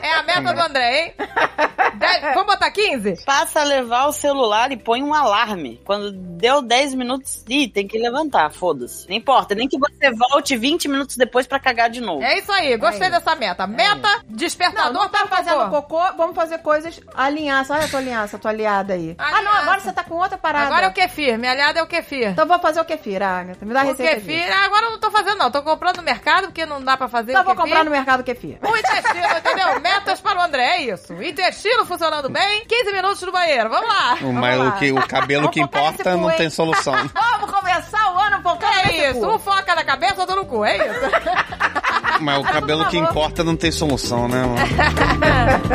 S2: É a meta do André, hein? Dez- vamos botar 15?
S5: Passa a levar o celular e põe um alarme. Quando deu 10 minutos, ih, tem que levantar, foda-se. Não importa, nem que você volte 20 minutos depois pra cagar de novo.
S2: É isso aí, gostei
S3: É isso.
S2: dessa meta. Meta,
S3: Não,
S2: despertador
S3: não tá
S2: para o
S3: fazendo
S2: cocô.
S3: cocô, vamos fazer coisas alinhaça. Olha a tua aliança, a tua aliada aí. Ah, não,
S2: Aliança.
S3: agora você tá com outra parada.
S2: Agora é o kefir, minha aliada é o kefir.
S3: Então vou fazer o kefir, Agatha. Me dá a
S2: O
S3: receita.
S2: kefir,
S3: disso.
S2: ah, agora eu não tô fazendo não, tô comprando no mercado porque não dá pra fazer
S3: Então
S2: o
S3: vou
S2: kefir.
S3: comprar no mercado kefir.
S2: O intestino, entendeu? Metas para o André, é isso. Intestino funcionando bem, 15 minutos no banheiro, vamos lá.
S4: O, mas
S3: lá.
S4: o, que, o cabelo
S3: Vamos
S4: que
S3: focar nesse
S4: importa
S3: cu,
S4: não
S3: hein?
S4: tem solução.
S3: Vamos começar o ano focando nesse
S2: É isso,
S3: cu.
S2: um foca na cabeça, outro no cu, é isso.
S4: Mas
S3: Tá
S4: o cabelo que
S3: favor.
S4: importa não tem solução, né, mano?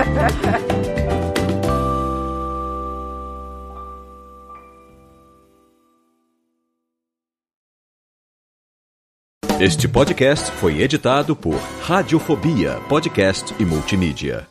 S7: Este podcast foi editado por Radiofobia, podcast e multimídia.